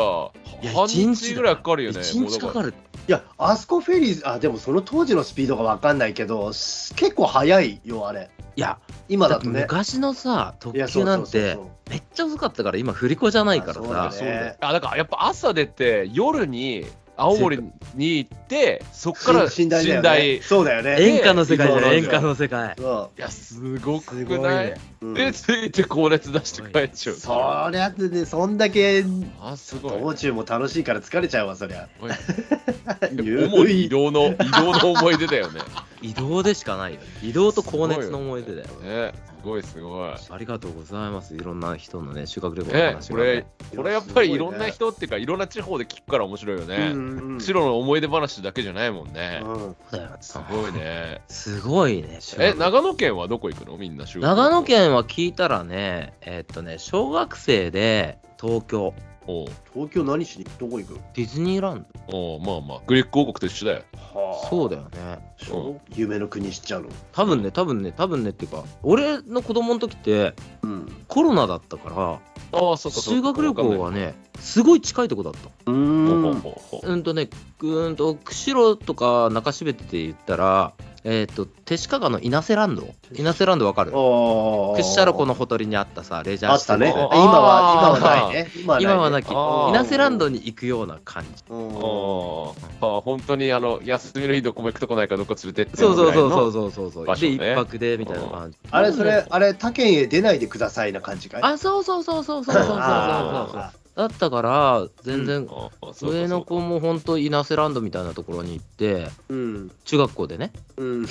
Speaker 1: いや
Speaker 2: 半
Speaker 1: 一日
Speaker 2: 日ぐらいかかるよね
Speaker 1: 一日かかる。
Speaker 3: いや、あそこフェリー、あ、でもその当時のスピードがわかんないけど、す結構速いよ、あれ。
Speaker 1: いや、
Speaker 3: 今
Speaker 1: だっ
Speaker 3: だ
Speaker 1: て
Speaker 3: とね。
Speaker 1: 昔のさ、特
Speaker 3: いや
Speaker 1: 急なんて
Speaker 3: そうそう
Speaker 1: めっちゃ遅かったから、今振り子じゃないから
Speaker 3: あ
Speaker 1: さ
Speaker 3: そうだ。ね
Speaker 2: あだからやっぱ朝出て夜に青森に行ってそっから
Speaker 3: し
Speaker 2: 寝台
Speaker 3: 寝台だよね。そうだよね。
Speaker 1: 演歌の世界じゃない、演
Speaker 2: そう
Speaker 1: 歌の世界。
Speaker 3: そ
Speaker 2: いやすごく
Speaker 1: すごい
Speaker 2: ない
Speaker 1: ね
Speaker 3: ううん
Speaker 2: でついて高熱出して帰っちゃう
Speaker 3: そりゃね、そんだけ
Speaker 2: あすごい
Speaker 3: 道中も楽しいから疲れちゃうわ、そりゃ。
Speaker 2: おい
Speaker 3: ゆ
Speaker 2: 主
Speaker 3: る
Speaker 2: に移
Speaker 3: い。
Speaker 2: 動の移動の思い出
Speaker 1: (laughs)
Speaker 2: だよね
Speaker 1: 移動でしかないよ。移動と高熱の思い出だよ。
Speaker 2: ねすごいすごい
Speaker 1: ありがとうございます。いろんな人のね、修学旅行の
Speaker 2: ね
Speaker 1: 話
Speaker 2: こ
Speaker 1: がね、
Speaker 2: れこれやっぱりいろんな人っていうかいろんな地方で聞くから面白いよ
Speaker 3: うん
Speaker 2: ね
Speaker 3: うんうん
Speaker 2: 白の思い出話だけじゃないもんね
Speaker 3: うん
Speaker 1: そうだよ
Speaker 2: すごいね
Speaker 1: すごいね。
Speaker 2: え長野県はどこ行くのみんな修学旅行
Speaker 1: 長野県は聞いたらね、えっとね、小学生で東京、
Speaker 2: おう
Speaker 3: 東京何しにどこ行く
Speaker 1: ディズニーランド。
Speaker 2: おうまあまあグリック王国と一緒だよ
Speaker 1: そうだよね。
Speaker 3: そう夢の国しちゃうの。
Speaker 1: 多分ね、多分ね、多分ねっていうか、俺の子供の時って
Speaker 3: うん。
Speaker 1: コロナだったか
Speaker 2: ああそ
Speaker 1: ら、
Speaker 2: うかそう
Speaker 1: 修
Speaker 2: か
Speaker 1: 学旅行はね、すごい近いとこだった。
Speaker 2: ほうほう
Speaker 3: うーん。
Speaker 2: ほうほう
Speaker 1: うんとね、うんと、釧路とか中標津で言ったら、えっと、手鹿川の稲瀬ランド。稲瀬ランドわかる
Speaker 3: ああ。
Speaker 1: クッシャロコのほとりにあったさ、レジャー
Speaker 3: あっ
Speaker 1: 施設
Speaker 3: たね。今
Speaker 2: あ
Speaker 3: は、
Speaker 2: あー
Speaker 3: 今はないね。今はないね。
Speaker 1: 今はなき、
Speaker 2: あー
Speaker 1: 稲瀬ランドに行くような感じ。
Speaker 3: うん
Speaker 2: ああああ本当にあの休みの日どこも行くとこないからどこ連れてって
Speaker 1: そうそうそう
Speaker 2: う
Speaker 1: そうそうそう。
Speaker 2: 場所
Speaker 1: で、
Speaker 2: ね
Speaker 1: 一泊でみたいな感じ。
Speaker 3: あれ、それ、
Speaker 1: あ
Speaker 3: あれ、他県へ出ないでくださいな感じかい
Speaker 1: あ、そうそうそうそうそうそうそうそうそう
Speaker 3: あー
Speaker 1: だったから、全然、上
Speaker 2: 上
Speaker 1: の
Speaker 2: の
Speaker 1: 子も本当稲瀬ランドみたいなところに行って、
Speaker 3: うん。
Speaker 1: 中学校でね。
Speaker 3: うん。
Speaker 1: うん、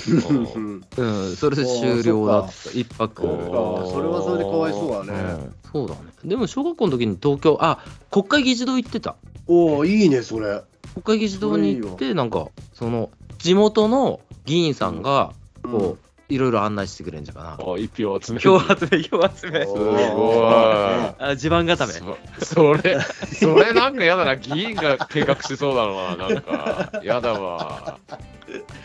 Speaker 1: それで終了だった。一泊。
Speaker 2: そっか
Speaker 3: あーそれはそれでかわいそう
Speaker 1: う
Speaker 3: だね。
Speaker 1: んそうだね。でも小学校の時に東京、あ、国会議事堂行ってた。
Speaker 3: おお、いいね、それ。
Speaker 1: 国会議事堂に行って、なんか、その、地元の議員さんが、こう、いろいろ案内してくれんじゃかな。
Speaker 2: あ一票集める
Speaker 1: 票集め、票集め。
Speaker 2: す
Speaker 3: す
Speaker 2: ごい
Speaker 1: あ地盤固め。
Speaker 2: そそれそれなんかやだな議員が計画しそうだななんかやだわ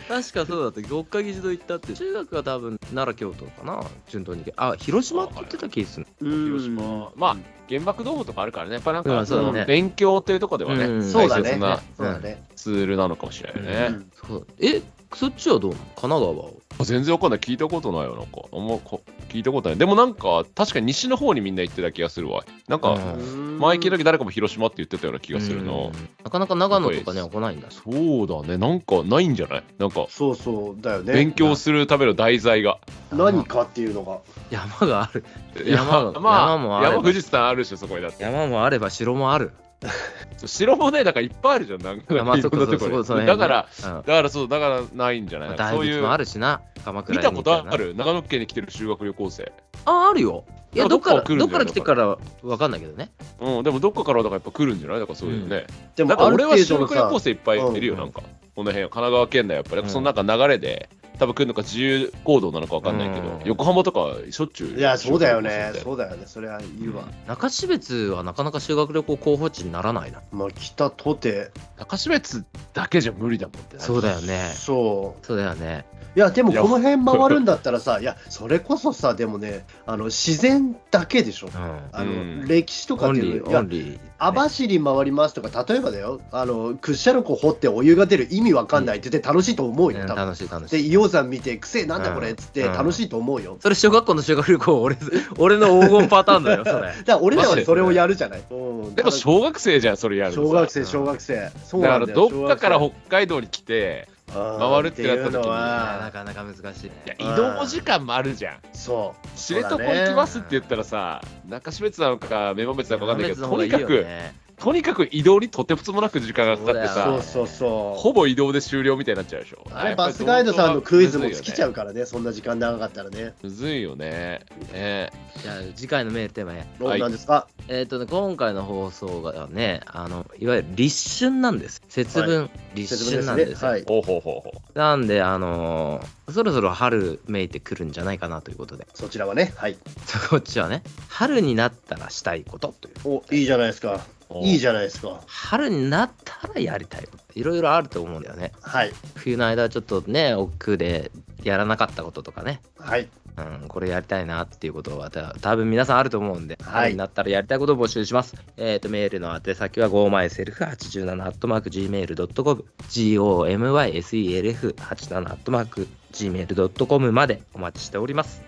Speaker 1: 確かそうだった。国会議事堂行ったって。中学は多分、奈良、京都かな。順当に。あ、広島って言ってた気がする。
Speaker 3: うん
Speaker 2: 広島まあ原爆ドームとかあるからねやっぱなん
Speaker 1: う
Speaker 2: か
Speaker 1: んそうだね
Speaker 2: 勉強というとこでは
Speaker 1: う
Speaker 2: ね
Speaker 1: ん
Speaker 3: そうだ
Speaker 2: 大切
Speaker 3: ね
Speaker 2: な。
Speaker 3: そうだね。
Speaker 2: ツールなのかもしれないね、
Speaker 3: うん
Speaker 1: そうだえ、そっちはどうなの神奈川は。
Speaker 2: 全然わかんない聞いたことないよなんかあんまこ聞いたことないでもなんか確かに西の方にみんな行ってた気がするわなんか、
Speaker 1: うん
Speaker 2: 前聞いた時誰かも広島って言ってたような気がするな、
Speaker 1: うんなかなか長野とかには来ないんだ。
Speaker 2: そうだねなんかないんじゃないなんか
Speaker 3: そうそうだよね。
Speaker 2: 勉強するための題材が、
Speaker 3: 何かっていうのが。
Speaker 1: 山がある。山
Speaker 2: 山
Speaker 1: が
Speaker 2: まあ
Speaker 1: 山
Speaker 2: 山
Speaker 1: もあれば
Speaker 2: 富士山あるでしょそこにだって
Speaker 1: 山もあれば城もある。
Speaker 2: 城もねだからいっぱいあるじゃんなんか
Speaker 1: まあ
Speaker 2: い
Speaker 1: そ
Speaker 2: ろ
Speaker 1: こ
Speaker 2: んな
Speaker 1: そことそ
Speaker 2: こ
Speaker 1: こ
Speaker 2: に
Speaker 1: その辺ね
Speaker 2: だから
Speaker 1: うん
Speaker 2: だからそうだからないんじゃない、
Speaker 1: まあ
Speaker 2: なんか
Speaker 1: 大
Speaker 2: そうい
Speaker 1: 仏
Speaker 2: う
Speaker 1: もあるしな。鎌倉
Speaker 2: 見
Speaker 1: に行
Speaker 2: た
Speaker 1: けば
Speaker 2: ことあ
Speaker 1: な
Speaker 2: る長野県に来てる修学旅行生
Speaker 1: あ、あるよ。いや、どっから、
Speaker 2: どっか来る
Speaker 1: どっ
Speaker 2: んじ
Speaker 1: か
Speaker 2: ゃな
Speaker 1: ら
Speaker 2: い
Speaker 1: 来てからわかんないけどね。
Speaker 2: うんでもどっかからだからやっぱ来るんじゃないだからそういうのね、
Speaker 3: で
Speaker 2: なん
Speaker 3: も
Speaker 2: か
Speaker 3: ある
Speaker 2: 俺は
Speaker 3: 程
Speaker 2: 修
Speaker 3: 度の
Speaker 2: 学旅
Speaker 3: さ
Speaker 2: 行、生いっぱいいるよ、
Speaker 1: うん
Speaker 2: なんか、この辺、神奈川県内、やっぱり、
Speaker 1: うん
Speaker 2: そのなんか流れで、多分来るのか自由行動なのかわかんないけど、
Speaker 1: うん
Speaker 2: 横浜とかしょっちゅう。
Speaker 3: いや、そうだよね。
Speaker 2: 修学旅行生
Speaker 3: そうだよね。それは言うわ。
Speaker 1: 中標津はなかなか修学旅行候補地にならないな。
Speaker 3: まあ、来たとて、
Speaker 2: 中標津だけじゃ無理だもんって。
Speaker 1: そうだよね。
Speaker 3: そう。
Speaker 1: そうだよね。
Speaker 3: いやでも
Speaker 2: いや
Speaker 3: この辺回るんだったらさ、いやそれこそさ、でもね、あの自然だけでしょ
Speaker 1: う、ん。
Speaker 3: あの
Speaker 2: うん
Speaker 3: 歴史とか
Speaker 1: オ
Speaker 3: っ
Speaker 1: ン
Speaker 3: て
Speaker 1: リ
Speaker 3: いう
Speaker 1: ー、オ
Speaker 3: の、
Speaker 1: ン
Speaker 3: いや、
Speaker 1: リー。
Speaker 3: 網走回りますとか、例えばだよ、あの屈斜路湖掘ってお湯が出る意味わかんないって言って楽しいと思う
Speaker 1: う
Speaker 3: よ、
Speaker 1: ん
Speaker 3: 多分
Speaker 1: 楽しい楽しい。
Speaker 3: で、硫黄山見て、くせえなんだこれっつって
Speaker 1: うん
Speaker 3: 楽しいと思うよ。
Speaker 1: それ小学校の修学旅行、俺、俺の黄金パターンだよ、それ。
Speaker 3: だから俺らはそれをやるじゃない。うん
Speaker 2: でも小学生じゃん、それやるのさ
Speaker 3: 小学生、小学生。そう
Speaker 2: だ
Speaker 3: な
Speaker 2: から、
Speaker 3: んだよ
Speaker 2: どっかから北海道に来て、回るってなった時に
Speaker 3: うんいうの
Speaker 1: いやな
Speaker 3: は
Speaker 1: かなか難しいね。
Speaker 2: いや移動時間もあるじゃん。
Speaker 3: そう。
Speaker 2: 知床行きますって言ったらさ、中標津なのか、女満別なのかわかんないけど、とにかく、とにかく移動にとてつもなく時間がかかって
Speaker 1: だよ
Speaker 3: そ
Speaker 2: さ
Speaker 3: う、そうそう。
Speaker 2: ほぼ移動で終了みたいになっちゃうでしょ。
Speaker 3: あれバスガイドさんのクイズも尽きちゃ
Speaker 2: う。
Speaker 3: うからね、そんな時間長かったらね。
Speaker 2: むずいよね。ね
Speaker 1: じゃあ次回のメールテーマへ。
Speaker 3: ど
Speaker 2: は
Speaker 3: う
Speaker 2: い
Speaker 3: なんですか、
Speaker 1: えっ、とね、今回の放送がね、あの、いわゆる立春なんです。節分、立春なんですよ。
Speaker 3: はい。
Speaker 2: ほうほうほうほう。
Speaker 1: なんで、あのーそろそろ春めいてくるんじゃないかなということで、
Speaker 3: そちらはね、はい。
Speaker 1: こっちはね、春になったらしたいことという。
Speaker 3: お、いいじゃないですか。いいじゃないですか。
Speaker 1: 春になったらやりたいこと。いろいろあると思うんだよね。
Speaker 3: はい。
Speaker 1: 冬の間はちょっとね、億劫でやらなかったこととかね、
Speaker 3: はい。
Speaker 1: うん、これやりたいなっていうことはた多分皆さんあると思うんで、
Speaker 3: はい
Speaker 1: 春になったらやりたいことを募集します。えっ、と、メールの宛先は gomiself87-gmail.com、gomiself87-gmail.com までお待ちしております。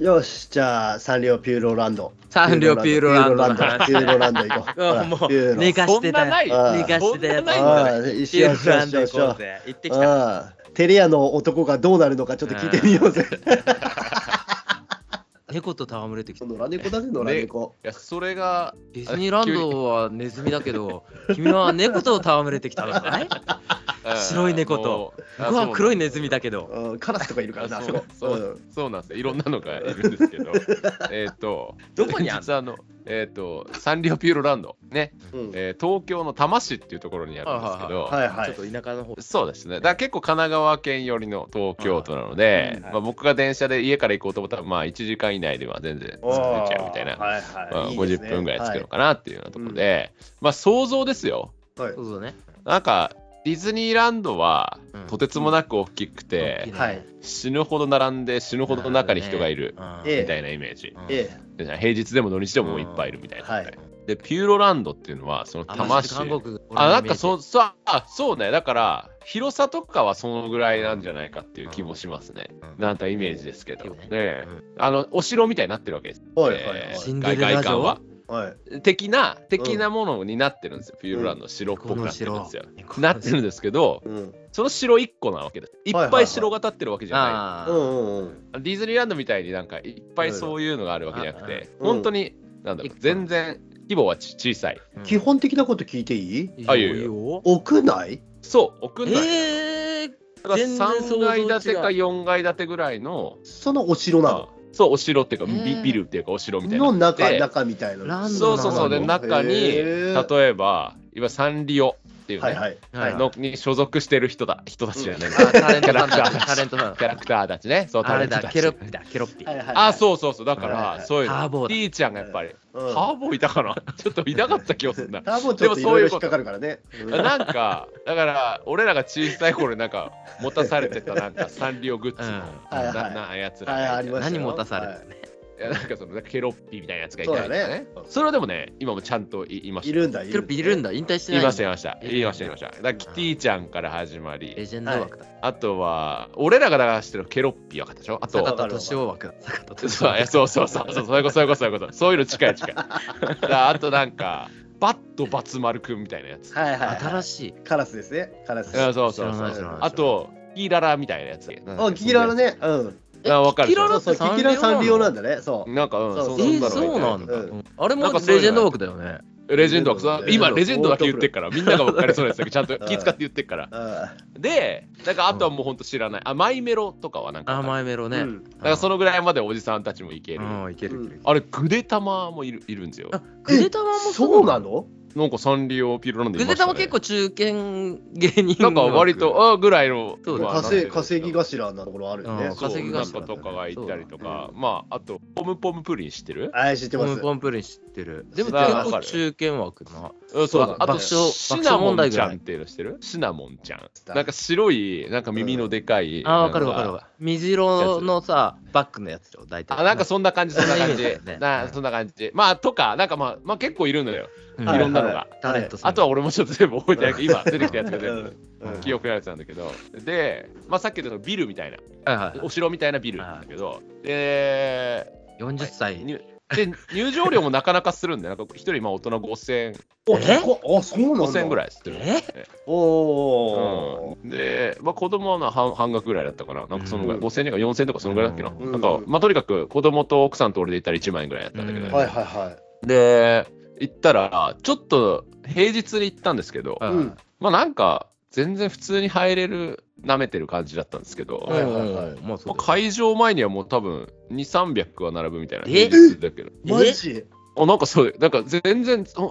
Speaker 3: よし、じゃあ、サンリオピューロランド。
Speaker 1: サンリオピューロランドの話
Speaker 3: ピューロランドピューロランド行こう。ほ
Speaker 1: (laughs)
Speaker 3: ら
Speaker 1: もう
Speaker 3: ピューロ
Speaker 1: 寝か
Speaker 2: そ
Speaker 1: し
Speaker 2: ん
Speaker 1: て
Speaker 2: な
Speaker 1: た
Speaker 2: ない
Speaker 1: よ。
Speaker 3: あ
Speaker 1: 寝かしてたやつ
Speaker 2: そんなないん
Speaker 1: だ
Speaker 3: ああ、一
Speaker 1: ピュ
Speaker 3: 緒、
Speaker 1: ーロランド
Speaker 3: 一緒、
Speaker 1: 行こ
Speaker 3: 一緒
Speaker 1: う。ぜ。行ってきた。
Speaker 3: ああ、テレアの男がどうなるのかちょっと聞いてみようぜ。
Speaker 1: 猫と戯れてきた。
Speaker 3: 野良猫だぜ、野良猫。
Speaker 2: いや、それが、
Speaker 1: ディズニーランドはネズミだけ
Speaker 2: (laughs)
Speaker 1: ど、君は猫と戯れてきたわけない
Speaker 2: うん
Speaker 1: 白い猫と、
Speaker 2: もう
Speaker 1: 僕は黒い
Speaker 2: あ
Speaker 1: ネズミだけど。
Speaker 3: うん、カラスとかいるからな、あそ
Speaker 2: そう
Speaker 3: こ。
Speaker 2: そううんそうなんですよいろんなのがいるんです
Speaker 1: (laughs)
Speaker 2: けどえっと
Speaker 1: どこにあんの
Speaker 2: 実はあのえっ、とサンリオピューロランドね、
Speaker 3: うん
Speaker 2: えー東京の多摩市っていうところにあるんですけど、
Speaker 3: はいはい。
Speaker 1: ちょっと田舎の方。
Speaker 2: そうですねだから結構神奈川県寄りの東京都なので、
Speaker 1: はい
Speaker 2: まあ、僕が電車で家から行こうと思ったらまあ1時間以内では全然出ち
Speaker 3: おー
Speaker 2: ゃうみたいな、
Speaker 3: はい
Speaker 2: ま
Speaker 3: は
Speaker 2: あ、
Speaker 3: い。
Speaker 2: 50分ぐらいつくの
Speaker 3: か。
Speaker 2: かなっていうようなところで、まあ想像ですよ
Speaker 3: はい
Speaker 1: そうそうね。
Speaker 2: なんかディズニーランドは
Speaker 1: うん
Speaker 2: とてつもなく大きく
Speaker 1: 大き
Speaker 2: て、
Speaker 1: い
Speaker 3: はい。
Speaker 2: 死ぬほど並んで死ぬほど中に人がいる
Speaker 1: うん
Speaker 3: ええ
Speaker 2: みたいなイメージ、
Speaker 1: うん
Speaker 3: え
Speaker 2: で平日でも土日でももういっぱいいるみたいな、
Speaker 3: はい
Speaker 2: でピューロランドっていうのはその
Speaker 1: あ
Speaker 2: 多
Speaker 1: ま
Speaker 2: 摩
Speaker 1: じ
Speaker 2: 市
Speaker 1: 韓国
Speaker 2: あなんか
Speaker 1: う。
Speaker 2: そそあそうねだから広さとかはそのぐらいなんじゃないかっていう気もしますね、
Speaker 1: うん
Speaker 2: なんかイメージですけど、
Speaker 1: うん
Speaker 2: ね
Speaker 1: うん
Speaker 2: あのお城みたいになってるわけです、
Speaker 3: え。はいはい
Speaker 2: え
Speaker 3: は
Speaker 2: ー
Speaker 3: い
Speaker 1: シンデレラ城
Speaker 2: 外外観は
Speaker 3: はい。
Speaker 2: 的な的なものになってるんですよ、ピューロランド城っぽ
Speaker 1: こ
Speaker 2: くな
Speaker 1: の
Speaker 2: ってるん
Speaker 1: 城
Speaker 2: ですよ。なってるんですけど
Speaker 3: うん。
Speaker 2: その城1個なわけですいっ
Speaker 3: はい
Speaker 2: ぱ
Speaker 3: はいい
Speaker 2: 城が建ってるわけじゃない
Speaker 1: あ
Speaker 3: う
Speaker 1: あ。
Speaker 3: んうんうん。
Speaker 2: ディズニーランドみたいになんかいっぱいそういうのがあるわけじゃなくて、
Speaker 3: うん
Speaker 2: 本当に、なんだろう
Speaker 1: うん
Speaker 2: 全然規模はち小さい。
Speaker 1: うん
Speaker 3: 基本的なこと聞いていい
Speaker 2: あいいよ
Speaker 1: いいよ。
Speaker 3: 屋内
Speaker 2: そう、屋内。
Speaker 1: ええ。
Speaker 2: だから
Speaker 1: 全然想像と
Speaker 2: 3
Speaker 1: 違う
Speaker 2: 階建てか4階建てぐらいの、
Speaker 3: そのお城なの
Speaker 2: そう、お城っていうか、
Speaker 1: へー
Speaker 2: ビビルっていうか、お城みたいな
Speaker 3: の
Speaker 2: のがあって。
Speaker 3: 中中みたいな
Speaker 1: ラン
Speaker 2: そ
Speaker 1: ド
Speaker 2: うそうそ
Speaker 1: な
Speaker 2: う。で、
Speaker 1: の
Speaker 2: 中に、
Speaker 3: へー
Speaker 2: 例えば、今、サンリオっていうね、
Speaker 3: はいはいはい
Speaker 2: のに所属してる人だ、人たちじゃない、
Speaker 1: あタレン
Speaker 2: キ
Speaker 1: ト
Speaker 2: ャ
Speaker 1: さ
Speaker 2: ラ
Speaker 1: ん
Speaker 2: ク
Speaker 1: だ
Speaker 2: (laughs)
Speaker 1: タ
Speaker 2: タ
Speaker 1: レン
Speaker 2: ー。
Speaker 1: トさん
Speaker 2: キ。ャラクターたちね、そう、
Speaker 1: あ
Speaker 2: タレ
Speaker 1: れ
Speaker 2: ント
Speaker 1: だ、
Speaker 2: た
Speaker 1: ケ
Speaker 2: ち
Speaker 1: ロ。ッピだ、ケロッピ。
Speaker 3: はいはい
Speaker 2: あ、そうそうそう、だか
Speaker 3: はいはい
Speaker 2: ら、
Speaker 3: はい
Speaker 2: そういう、
Speaker 1: ターボーだ
Speaker 2: D ちゃんがやっぱり、
Speaker 3: う
Speaker 2: タ
Speaker 3: ん
Speaker 2: ーボいたかな (laughs) ちょっといなかった気がするな。
Speaker 3: ターボちょっといろいろ引っかかるからねうん
Speaker 2: なんか、だから、俺らが小さい頃になんか、持たされてたなんか、サンリオグッズの、
Speaker 1: うん
Speaker 2: な
Speaker 3: はいはい
Speaker 2: なやつ
Speaker 3: はい
Speaker 2: ら
Speaker 3: あ
Speaker 2: ね、
Speaker 3: りました
Speaker 1: 何
Speaker 3: よ
Speaker 1: 持たされてね。
Speaker 2: いやなんかそのなんかケロッピーみたいなやつがいた
Speaker 3: そう
Speaker 2: り
Speaker 3: だ
Speaker 2: とか
Speaker 3: ね
Speaker 2: ね。。
Speaker 3: うん
Speaker 2: それはでもね、今もちゃんといいまし
Speaker 3: い
Speaker 2: た。
Speaker 3: るんだ、い
Speaker 1: ケロ
Speaker 3: る
Speaker 1: ッピーいるんだ引退してないい
Speaker 2: ました、いました。
Speaker 1: いる
Speaker 2: いました、いました。だからキティちゃんから始ま
Speaker 1: レ
Speaker 2: り、
Speaker 1: ジェンド枠だ、
Speaker 2: あとは、俺らが流してるケロッピー分かったでしょあと、
Speaker 1: 坂田敏夫枠坂田敏夫
Speaker 2: (laughs) そういやそうそうそうそうそういうことそういうことそういうことそういうの近い近いだからあとなんかバットバツ丸くんみたいなやつ
Speaker 3: はいはいはい。
Speaker 1: 新しい
Speaker 3: カラスですね。カラス。
Speaker 2: うんそうそう
Speaker 1: 知ら
Speaker 2: そ
Speaker 1: ない知
Speaker 2: う
Speaker 1: らない
Speaker 2: あとキーララみたいなやつ
Speaker 3: あ、キキラの
Speaker 2: ね
Speaker 3: ね。うん。
Speaker 2: あわかる
Speaker 1: キララ
Speaker 3: そ
Speaker 1: っ
Speaker 3: う
Speaker 1: て
Speaker 3: そう、
Speaker 1: サン
Speaker 3: キキ
Speaker 1: リオ
Speaker 3: ラサンリオなん
Speaker 1: だ
Speaker 3: だね。そう。
Speaker 2: なんかうん
Speaker 3: そう
Speaker 2: そ
Speaker 1: え
Speaker 2: んなの
Speaker 1: ー、
Speaker 2: がいて
Speaker 1: そうなんだ、
Speaker 3: うん
Speaker 1: うんあれも
Speaker 2: なんかそうい
Speaker 1: レ
Speaker 2: うの
Speaker 1: ジェンド枠だよね
Speaker 2: レジェンド枠そう
Speaker 3: レジェンド
Speaker 2: 今レジェンドだけ言ってっからみんなが分かりそうなやつだけちゃんと気使って言ってっから
Speaker 3: う
Speaker 2: でなんかあとはもうほんと知らないあマイメロとかはなんか
Speaker 1: 甘いメロね、
Speaker 3: ん。
Speaker 2: だからそのぐらいまでおじさんたちもいける
Speaker 1: うんいけるいける
Speaker 2: あれグデタマもいるいるんですよ
Speaker 1: あグデタマも
Speaker 3: そうなの
Speaker 2: なんかサンリオピロロンでい
Speaker 1: グ
Speaker 2: ま
Speaker 1: デ
Speaker 2: した
Speaker 1: タ
Speaker 2: ね
Speaker 1: マ結構中堅芸人
Speaker 2: なんか割
Speaker 1: 枠
Speaker 2: と、あぐらいの。
Speaker 1: そうだ
Speaker 2: まあ
Speaker 3: 稼い稼ぎ頭なところあるよ
Speaker 1: う
Speaker 3: ね
Speaker 1: ん。
Speaker 2: そう
Speaker 1: 稼ぎ
Speaker 2: な
Speaker 1: 頭
Speaker 2: んかとかがいたりと
Speaker 3: そうだ
Speaker 2: か
Speaker 3: ね、
Speaker 2: まあ、あと、ポムポムプリン知ってる
Speaker 3: はい、知って
Speaker 1: ポ
Speaker 3: ま
Speaker 1: ン
Speaker 3: す。
Speaker 1: ポンプリン知ってるでも
Speaker 2: 知って
Speaker 1: 結
Speaker 2: る
Speaker 1: 構中堅枠だな
Speaker 2: うんそうだ。
Speaker 1: 爆
Speaker 2: あと、
Speaker 1: 笑
Speaker 2: シ
Speaker 1: 爆
Speaker 2: ナ
Speaker 1: 笑
Speaker 2: モ
Speaker 1: 問
Speaker 2: ン
Speaker 1: 題
Speaker 2: ち
Speaker 1: ぐ
Speaker 2: ゃ
Speaker 1: ら
Speaker 2: んっ
Speaker 1: い
Speaker 2: ていうの知ってるシナモンちゃん。
Speaker 3: た
Speaker 2: なんか白い、なんか耳のでかい。
Speaker 1: あーわかる
Speaker 2: なん
Speaker 1: わかるわかる水色のさバックのやつよ大体
Speaker 2: あなんかそんな感じ、そんな感
Speaker 1: そんなイメージだ
Speaker 2: じ。
Speaker 1: よね
Speaker 2: なそんな感じ。まあ、とか、なんかまあ、まあ結構いるのよ。
Speaker 1: う
Speaker 2: いろんなの
Speaker 3: は
Speaker 2: が。
Speaker 1: タレントさん
Speaker 2: あとは俺もちょっと全部覚えてないけど、今出てきたやつが
Speaker 3: う
Speaker 2: 全部
Speaker 3: んうん
Speaker 2: 記憶になってたんだけど。で、まあさっき言ったそのビルみたいな、
Speaker 1: はいはいはい
Speaker 2: お城みたいなビルなんだけど、で、
Speaker 1: 40歳
Speaker 2: にで入場料もなかなかするんで、なんか一人まあ大人5000、
Speaker 3: お
Speaker 1: え
Speaker 3: 高っあ、そうなんだ。
Speaker 2: 5000ぐらいする。
Speaker 1: え
Speaker 3: おー
Speaker 2: うん、で、まあ、子供はな半半額ぐらいだったかな、なんかそのぐらい、
Speaker 3: うん
Speaker 2: 5000円とか4000とかそのぐらいだっけな、
Speaker 3: うん
Speaker 2: なんか、まあ、とにかく子供と奥さんと俺で行ったら1万円ぐらいだったんだけど、
Speaker 1: うん
Speaker 3: はいはいはい。
Speaker 2: で、行ったら、ちょっと平日に行ったんですけど、
Speaker 1: はい
Speaker 3: うん
Speaker 2: まあなんか、全然普通に入れる、舐めてる感じだったんですけど、
Speaker 3: はいはいはい
Speaker 1: うんうんうんもうそ
Speaker 2: ま
Speaker 1: うだよ
Speaker 2: あ会場前にはもう多分2、300は並ぶみたいな、
Speaker 1: え
Speaker 2: 平日だけど。
Speaker 3: マジ
Speaker 2: あなんかそうなんか全然2 3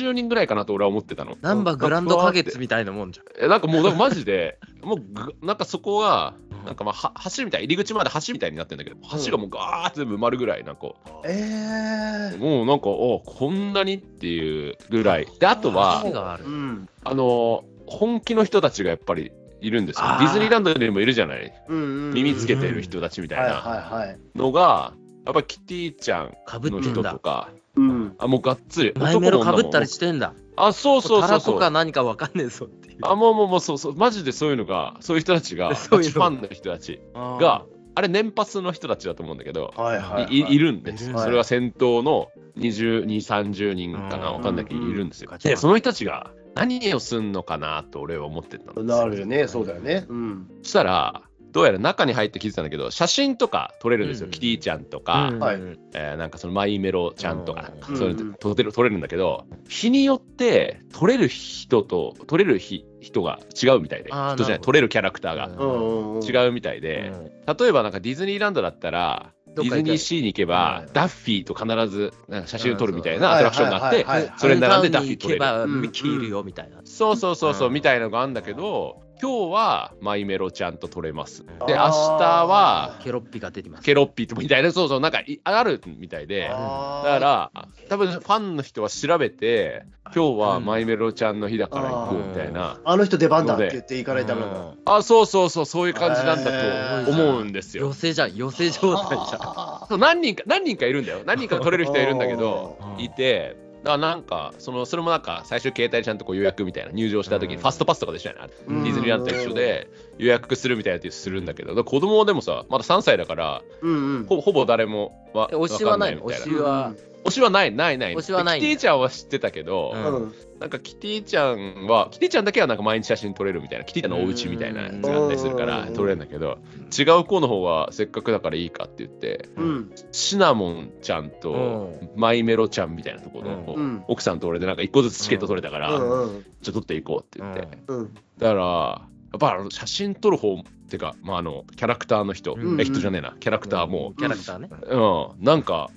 Speaker 2: 0人ぐらいかなと俺は思ってたの
Speaker 1: なんばグランド花月みたいなもんじゃん
Speaker 2: えなんかもうなんかマジで (laughs) もうぐなんかそこが
Speaker 1: うん
Speaker 2: なんかまあは橋みたい入り口まで橋みたいになってんだけど橋がもうガーッて全部埋まるぐらいなんか
Speaker 3: えー。
Speaker 2: もうなんかおこんなにっていうぐらいであとは
Speaker 1: 橋がある
Speaker 3: うん。
Speaker 2: あのー本気の人たちがやっぱりいるんですよ
Speaker 1: あー
Speaker 2: ディズニーランドにもいるじゃない
Speaker 3: うんうんうん
Speaker 2: 耳つけてる人たちみたい
Speaker 3: はい
Speaker 2: な
Speaker 3: はいはい。
Speaker 2: のがやっぱりキティちゃん
Speaker 1: かぶ
Speaker 2: の
Speaker 1: って
Speaker 2: 人
Speaker 1: ん
Speaker 2: と
Speaker 1: だ
Speaker 2: か
Speaker 3: うん。
Speaker 2: あもうがっつり
Speaker 1: 前メロか
Speaker 2: 男も女
Speaker 1: ぶ
Speaker 2: も
Speaker 1: ったりしてんだ
Speaker 2: あそうそう
Speaker 1: タ
Speaker 2: そう
Speaker 1: ラ
Speaker 2: そ
Speaker 1: コ
Speaker 2: う
Speaker 1: か何かわかんねえぞっていう
Speaker 2: あ、もうもうもうそうそう、マジでそういうのが、そういう人たちが、
Speaker 1: そういうの
Speaker 2: ファンの人たちが、あれ、年パスの人たちだと思うんだけど、
Speaker 3: はいはいはい
Speaker 2: いいるんで
Speaker 1: い
Speaker 2: す。
Speaker 1: る
Speaker 3: んだ
Speaker 2: それは先頭の20、30人かな、
Speaker 1: うん
Speaker 2: わかんないけど、いるんですよ
Speaker 1: ガ。チャ
Speaker 2: で、その人たちが、何をすんのかなと俺は思ってたんですよ
Speaker 3: なるよね、そうだよね。うん。
Speaker 2: そしたら、どうやら中に入って聞いてたんだけど、写真とか撮れるんですよ。
Speaker 1: うん
Speaker 2: キティちゃんとか、
Speaker 1: うん
Speaker 3: はい
Speaker 2: えーなんかそのマイメロちゃんとか、
Speaker 1: うん
Speaker 2: それで
Speaker 3: うん
Speaker 2: 撮れる撮れるんだけど、日によって撮れる人と撮れる日人が違うみたいで、
Speaker 1: あー
Speaker 2: 人じ
Speaker 1: なるほ
Speaker 2: ゃな
Speaker 1: ど
Speaker 2: い撮れるキャラクターが。
Speaker 1: うん
Speaker 3: うん。うん。
Speaker 2: 違うみたいで、例えばなんかディズニーランドだったら、デ
Speaker 1: どっ
Speaker 2: ィ
Speaker 1: か行
Speaker 2: ズ
Speaker 1: きたい
Speaker 2: ニーシーに行けば、
Speaker 1: うん
Speaker 2: ダッフィーと必ずなんか写真を撮るみたい
Speaker 3: うん
Speaker 2: なアトラクションがあって、
Speaker 3: はいはいはいはい
Speaker 2: それに並んでダッフィー
Speaker 1: 行
Speaker 2: 撮れ
Speaker 1: け
Speaker 2: る。
Speaker 1: ば
Speaker 3: うん
Speaker 1: ミッキーいるよみたいな
Speaker 2: そうそうそうそう、
Speaker 1: うん
Speaker 2: みたいなのがあるんだけど、今日はマイメロちゃんと撮れます。で、明日
Speaker 3: あー
Speaker 2: は
Speaker 1: ケロッピが出てます
Speaker 2: ケロッピーとみたいな、そうそう、なんかいあるみたいで。
Speaker 3: あ
Speaker 2: だか
Speaker 3: ー
Speaker 2: ら多分ファンの人は調べて今日はマイメロちゃんの日だから行こうみたいな、
Speaker 3: あの人出番だって言って行かないため
Speaker 1: う
Speaker 3: だ。
Speaker 1: ん
Speaker 2: あそうそうそうそういう感じなんだと思うんですよ。
Speaker 1: 寄せじゃん寄せ状態じゃん
Speaker 3: あ
Speaker 2: そう何人か何人かいるんだよ何人か取れる人いるんだけど
Speaker 1: あー
Speaker 2: いてだからなんかそのそれもなんか最初携帯ちゃんとこう予約みたいな入場した時に
Speaker 1: うん
Speaker 2: ファストパスとかでしたよねあれデ
Speaker 3: うん
Speaker 2: ィズニーランドと一緒で予約するみたいなやつするんだけどだから子供でもさまだ3歳だから
Speaker 3: ーうんうん。
Speaker 2: ほほぼ誰もわ
Speaker 1: え推しはない
Speaker 2: わ
Speaker 1: の
Speaker 2: かんみ
Speaker 1: 推
Speaker 2: たい
Speaker 1: し
Speaker 2: な
Speaker 1: は
Speaker 2: 推しはないないない
Speaker 1: 推しはないん
Speaker 2: キ
Speaker 1: だ
Speaker 2: ティちゃんは知ってたけど
Speaker 1: う
Speaker 3: うんん。
Speaker 2: なんかキティちゃんはキティちゃんだけはなんか毎日写真撮れるみたいなキティちゃんのお家みたいなやつがあったりするから
Speaker 3: うん
Speaker 2: 撮れるんだけど
Speaker 1: うん
Speaker 2: 違う子の方はせっかくだからいいかって言って
Speaker 3: うん。
Speaker 2: シナモンちゃんと
Speaker 1: う
Speaker 2: マイメロちゃんみたいなところの、
Speaker 3: うん
Speaker 2: 奥さんと俺でなんか一個ずつチケット取れたから、
Speaker 3: う
Speaker 2: じゃ
Speaker 3: ん。
Speaker 2: あ取っていこうって言って、
Speaker 1: うん
Speaker 3: うん。
Speaker 2: だからやっぱあの写真撮る方ってか、まあ、あのキャラクターの人、
Speaker 1: うん
Speaker 2: え人じゃねえなキャラクターも、
Speaker 1: キャラクターね
Speaker 2: うんなんか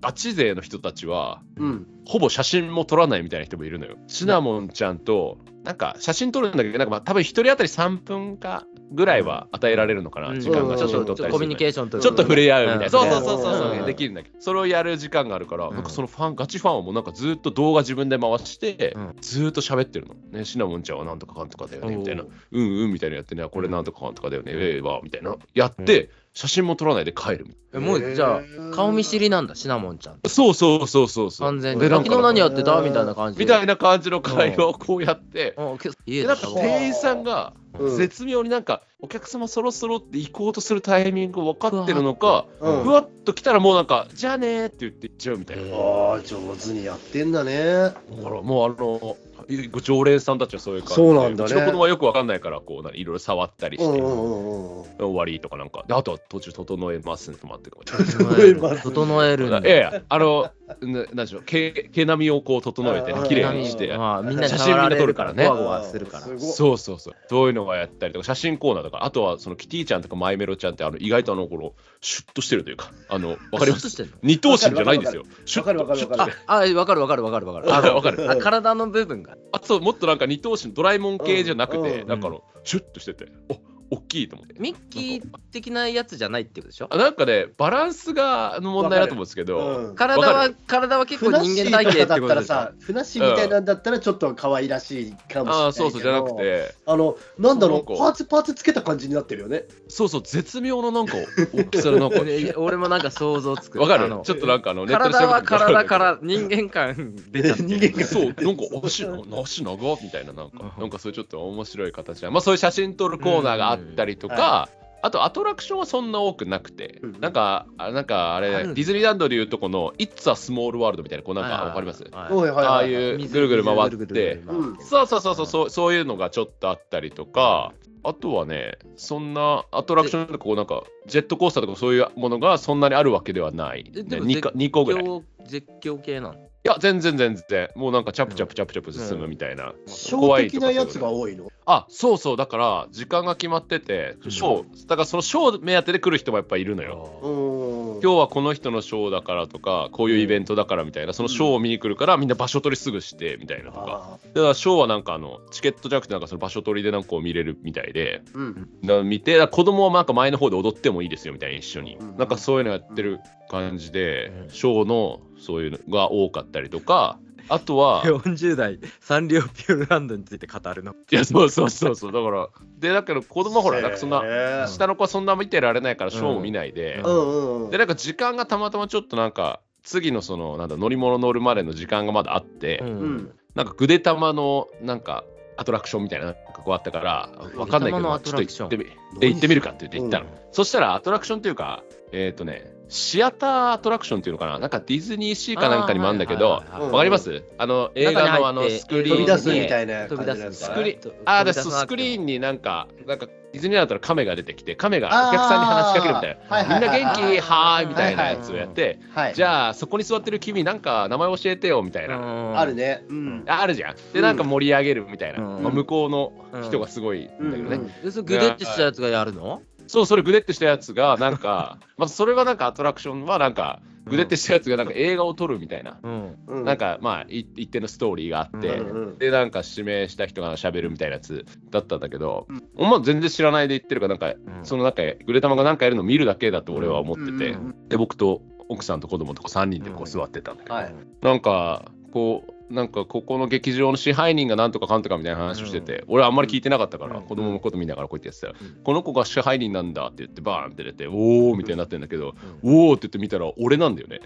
Speaker 2: ガチ勢の人たちは
Speaker 3: うん。
Speaker 2: ほぼ写真も撮らないみたいな人もいるのよシナモンちゃんとなんか写真撮るんだけどなんかまあ多分一人当たり3分かぐらいは与えられるのかな、
Speaker 1: うん
Speaker 2: 時間が
Speaker 3: うん
Speaker 2: 写
Speaker 1: ちょっと
Speaker 2: 真撮ったりするのに
Speaker 1: コミュニケーションと
Speaker 2: ちょっと触れ合うみたいな、
Speaker 1: うん
Speaker 2: そうそうそうそうそう、
Speaker 1: うん
Speaker 2: できるんだけどそれをやる時間があるから、
Speaker 1: うん
Speaker 2: なんかそのファンガチファンはもうなんかずっと動画自分で回して、
Speaker 1: うん
Speaker 2: ずーっと喋ってるの、ね、シナモンちゃんはなんとかかんとかだよねみたいなうんうんみたいなやってねこれなんとかかんとかだよねええわみたいなやって、写真も撮らないで帰るみたい
Speaker 1: えもうじゃあ顔見知
Speaker 3: り
Speaker 1: りなんだシナモンちゃん
Speaker 2: なそうそうそうそうそう
Speaker 1: 完全に
Speaker 2: でなん
Speaker 1: 昨日
Speaker 2: か
Speaker 1: 何やってたみたいな感じで
Speaker 2: みたいな感じの会話をこうやって、
Speaker 1: うんけど家
Speaker 2: で
Speaker 1: で
Speaker 2: なんか
Speaker 1: 食べる
Speaker 2: 店員さんが
Speaker 3: うん
Speaker 2: 絶妙になんかお客様そろそろって行こうとするタイミング分かってるのか
Speaker 3: う
Speaker 2: ふ
Speaker 3: ん
Speaker 2: わっと来たらもうなんか「じゃあね」って言って行っちゃうみたいなだか
Speaker 3: ああ上手にやってんだね
Speaker 2: らもうあのご常連さんたちはそういう感じで
Speaker 3: そうなんだね
Speaker 2: うちの子供はよく分かんないからこうなんかいろいろ触ったり
Speaker 3: うん
Speaker 2: し
Speaker 3: う
Speaker 2: て
Speaker 3: んうんうん
Speaker 2: 終わりとかなんかであとは途中整えますねと待ってこう
Speaker 1: 整える
Speaker 3: 整えます
Speaker 1: 整えるんだ
Speaker 2: いやいやあのななんでしょう毛毛並みをこう整えて
Speaker 3: あー
Speaker 2: 綺麗にして
Speaker 1: あーみんな
Speaker 2: 写真みんな撮るからね
Speaker 1: ゴワゴワするから
Speaker 3: すごい
Speaker 2: そうそうそうそういうのがやったりとか写真コーナーとかあとはそのキティちゃんとかマイメロちゃんってあの意外とあの頃シュッとしてるというかあのわかりま
Speaker 1: シュッとし
Speaker 2: す
Speaker 1: てんの
Speaker 2: 二頭身じゃないんですよシュ
Speaker 3: わかるわ
Speaker 2: ッ
Speaker 3: か
Speaker 2: と
Speaker 3: る
Speaker 2: シュッ
Speaker 3: わか
Speaker 2: と
Speaker 3: る
Speaker 1: あ
Speaker 2: して
Speaker 3: わかる
Speaker 1: わかるわかるわかるわかるあ
Speaker 2: あ
Speaker 1: の
Speaker 2: わかる
Speaker 1: あ体の部分が
Speaker 2: あともっとなんか二頭身ドラえもん系じゃなくて、
Speaker 3: うん
Speaker 2: なんかあのシュッとしててお大きいと思って
Speaker 1: ミッキー的なやつじゃないってことでしょ
Speaker 2: あなんかねバランスがの問題だと思うんですけど、
Speaker 3: うん
Speaker 1: 体
Speaker 2: わ
Speaker 1: は体は結構人間体型ってこと
Speaker 3: ふなっしー
Speaker 1: でしょ
Speaker 3: とかだったらさ、ふなっしーみたいなんだったらちょっと可愛らしいかもしれないけど。
Speaker 2: ああそうそうじゃなく。て
Speaker 3: あの、なんだろ
Speaker 2: なん
Speaker 3: う、
Speaker 2: か
Speaker 3: パーツパーツつけた感じになってるよね。
Speaker 2: そうそう絶妙ななんか大きさで
Speaker 3: (laughs)
Speaker 2: なんか
Speaker 1: ね俺もなんか想像つく
Speaker 2: わか
Speaker 1: あ
Speaker 2: る
Speaker 1: の
Speaker 2: ちょっとなんかあのネットで調
Speaker 1: 体
Speaker 2: べ
Speaker 1: は
Speaker 2: てもわるん
Speaker 1: 体
Speaker 2: だけど
Speaker 1: から人間感出ちゃってる
Speaker 3: 人間
Speaker 2: そうなんか足な足長っみたいななんかなんかそういうちょっと面白い形なまあそういう写真撮るコーナーがあったりと
Speaker 3: うんは
Speaker 2: か、あとアトラクションはそんな多くなくて、
Speaker 3: うん
Speaker 2: なんかあなんかあれ
Speaker 1: あ
Speaker 2: デ
Speaker 1: る
Speaker 2: ィズニーランドでいうとこの「It's a Small World」みたいなこうなんかわかります
Speaker 1: はい
Speaker 3: おいはい
Speaker 2: あ
Speaker 3: は
Speaker 2: あ
Speaker 3: い。
Speaker 2: いう
Speaker 1: 水
Speaker 2: ぐるぐる回っ
Speaker 1: ぐるぐ
Speaker 2: て
Speaker 1: るぐるぐる回って
Speaker 2: そうそうそうそうそうそういうのがちょっとあったりとかあとはねそんなアトラクションとかこうなんかジェットコースターとかそういうものがそんなにあるわけではない、ね、
Speaker 1: えでも
Speaker 2: 2, か二個ぐらい
Speaker 1: 絶叫絶叫系なの
Speaker 2: いや、全然全然。もうなんか、チャプチャプチャプチャプ進むみたいな。
Speaker 3: 小的なやつが多いの。
Speaker 2: あ、そうそう。だから、時間が決まってて、ショー、だからそのショー目当てで来る人もやっぱいるのよ。
Speaker 3: うーん。
Speaker 2: 今日はこの人のショーだからとか、こういうイベントだからみたいな、そのショーを見に来るから、みんな場所取りすぐしてみたいなとか。
Speaker 3: あ
Speaker 2: だから、ショーはなんか、あの、チケットじゃなくて、なんかその場所取りでなんかこう見れるみたいで、
Speaker 3: ーうん。
Speaker 2: な見て、だから子供はなんか前の方で踊ってもいいですよみたいな、一緒に
Speaker 3: うん。
Speaker 2: なんかそういうのやってる感じで
Speaker 1: う、ん
Speaker 2: ショーのそういうのが多かったりとか、あとは、
Speaker 1: 40代サンリオピューランドについて語るの
Speaker 2: いや、そうそうそうそう。だから、で、だけど子供はほら、なんかそんな、
Speaker 3: な
Speaker 2: 下の子はそんな見てられないから、ショーも見ないで
Speaker 3: う、んうんうん。
Speaker 2: で、なんか時間がたまたまちょっとなんか、次のその、なんだ、乗り物乗るまでの時間がまだあって、
Speaker 1: う
Speaker 3: うんん。
Speaker 2: なんか、ぐでたまの、なんか、アトラクションみたいな、なんかこうあったから、わかんな
Speaker 1: ぐでた
Speaker 2: いけ
Speaker 1: まのア
Speaker 2: ど、ち
Speaker 1: ト
Speaker 2: ょっと
Speaker 1: ラクショ
Speaker 2: 行
Speaker 1: ン
Speaker 2: ってみ、で、行ってみるかって言って行ったの。
Speaker 3: う
Speaker 2: そしたら、アトラクションっていうか、えっ、とね、シアターアトラクションっていうのかな、なんかディズニーシーかなんかにもあるんだけど、
Speaker 3: いはい
Speaker 2: わかりますあの、映画のあの、スクリー
Speaker 3: 飛
Speaker 2: ン
Speaker 3: び
Speaker 2: に。
Speaker 3: 出すみたいな
Speaker 1: 飛
Speaker 3: 感
Speaker 1: び
Speaker 3: じの
Speaker 1: 出
Speaker 3: やつ。
Speaker 1: す
Speaker 2: スクリーンああ、だからそうスクリーンになんか、なんかディズニーランドだったら亀が出てきて、亀がお客さんに話しかけるみたい
Speaker 3: はい
Speaker 2: な、み
Speaker 3: はい
Speaker 2: んな
Speaker 3: はい
Speaker 2: 元
Speaker 3: はい
Speaker 2: 気、はーいみたいなやつをやって、
Speaker 3: はい。
Speaker 2: じゃあそこに座ってる君、なんか名前教えてよみたいな、
Speaker 3: あ、るね。うん。
Speaker 2: ああるじゃん。で、なんか盛り上げるみたいな、
Speaker 1: うん
Speaker 2: まあ、向こうの人がすごいんだけどね。
Speaker 3: うんうん
Speaker 1: でそのグデってしたやつがやるの
Speaker 2: そう、それぐでってしたやつが、なんか、 (laughs) まあそれはなんかアトラクションは、なんか、ぐでってしたやつがなんか映画を撮るみたいな。
Speaker 1: うん
Speaker 3: うん
Speaker 2: なんかまあい一定のストーリーがあって、
Speaker 3: うんうん
Speaker 2: でなんか指名した人が喋るみたいなやつだったんだけど、まあ全然知らないで言ってるからなんか、
Speaker 1: うん
Speaker 2: そのなんかグレタマがなんかやるの見るだけだと俺は思ってて、
Speaker 3: うん
Speaker 2: で僕と奥さんと子供とこ3人でこう座ってたんだけど、
Speaker 3: はい。
Speaker 2: なんかこうなんかここの劇場の支配人がなんとかかんとかみたいな話をしてて、俺はあんまり聞いてなかったから、
Speaker 1: うん
Speaker 2: 子供のこと見ながらこうやってやってたら、
Speaker 1: う
Speaker 2: この子が支配人なんだって言ってバーンって出ておおみたいになってんだけど、おおって言って見たら俺なんだよね。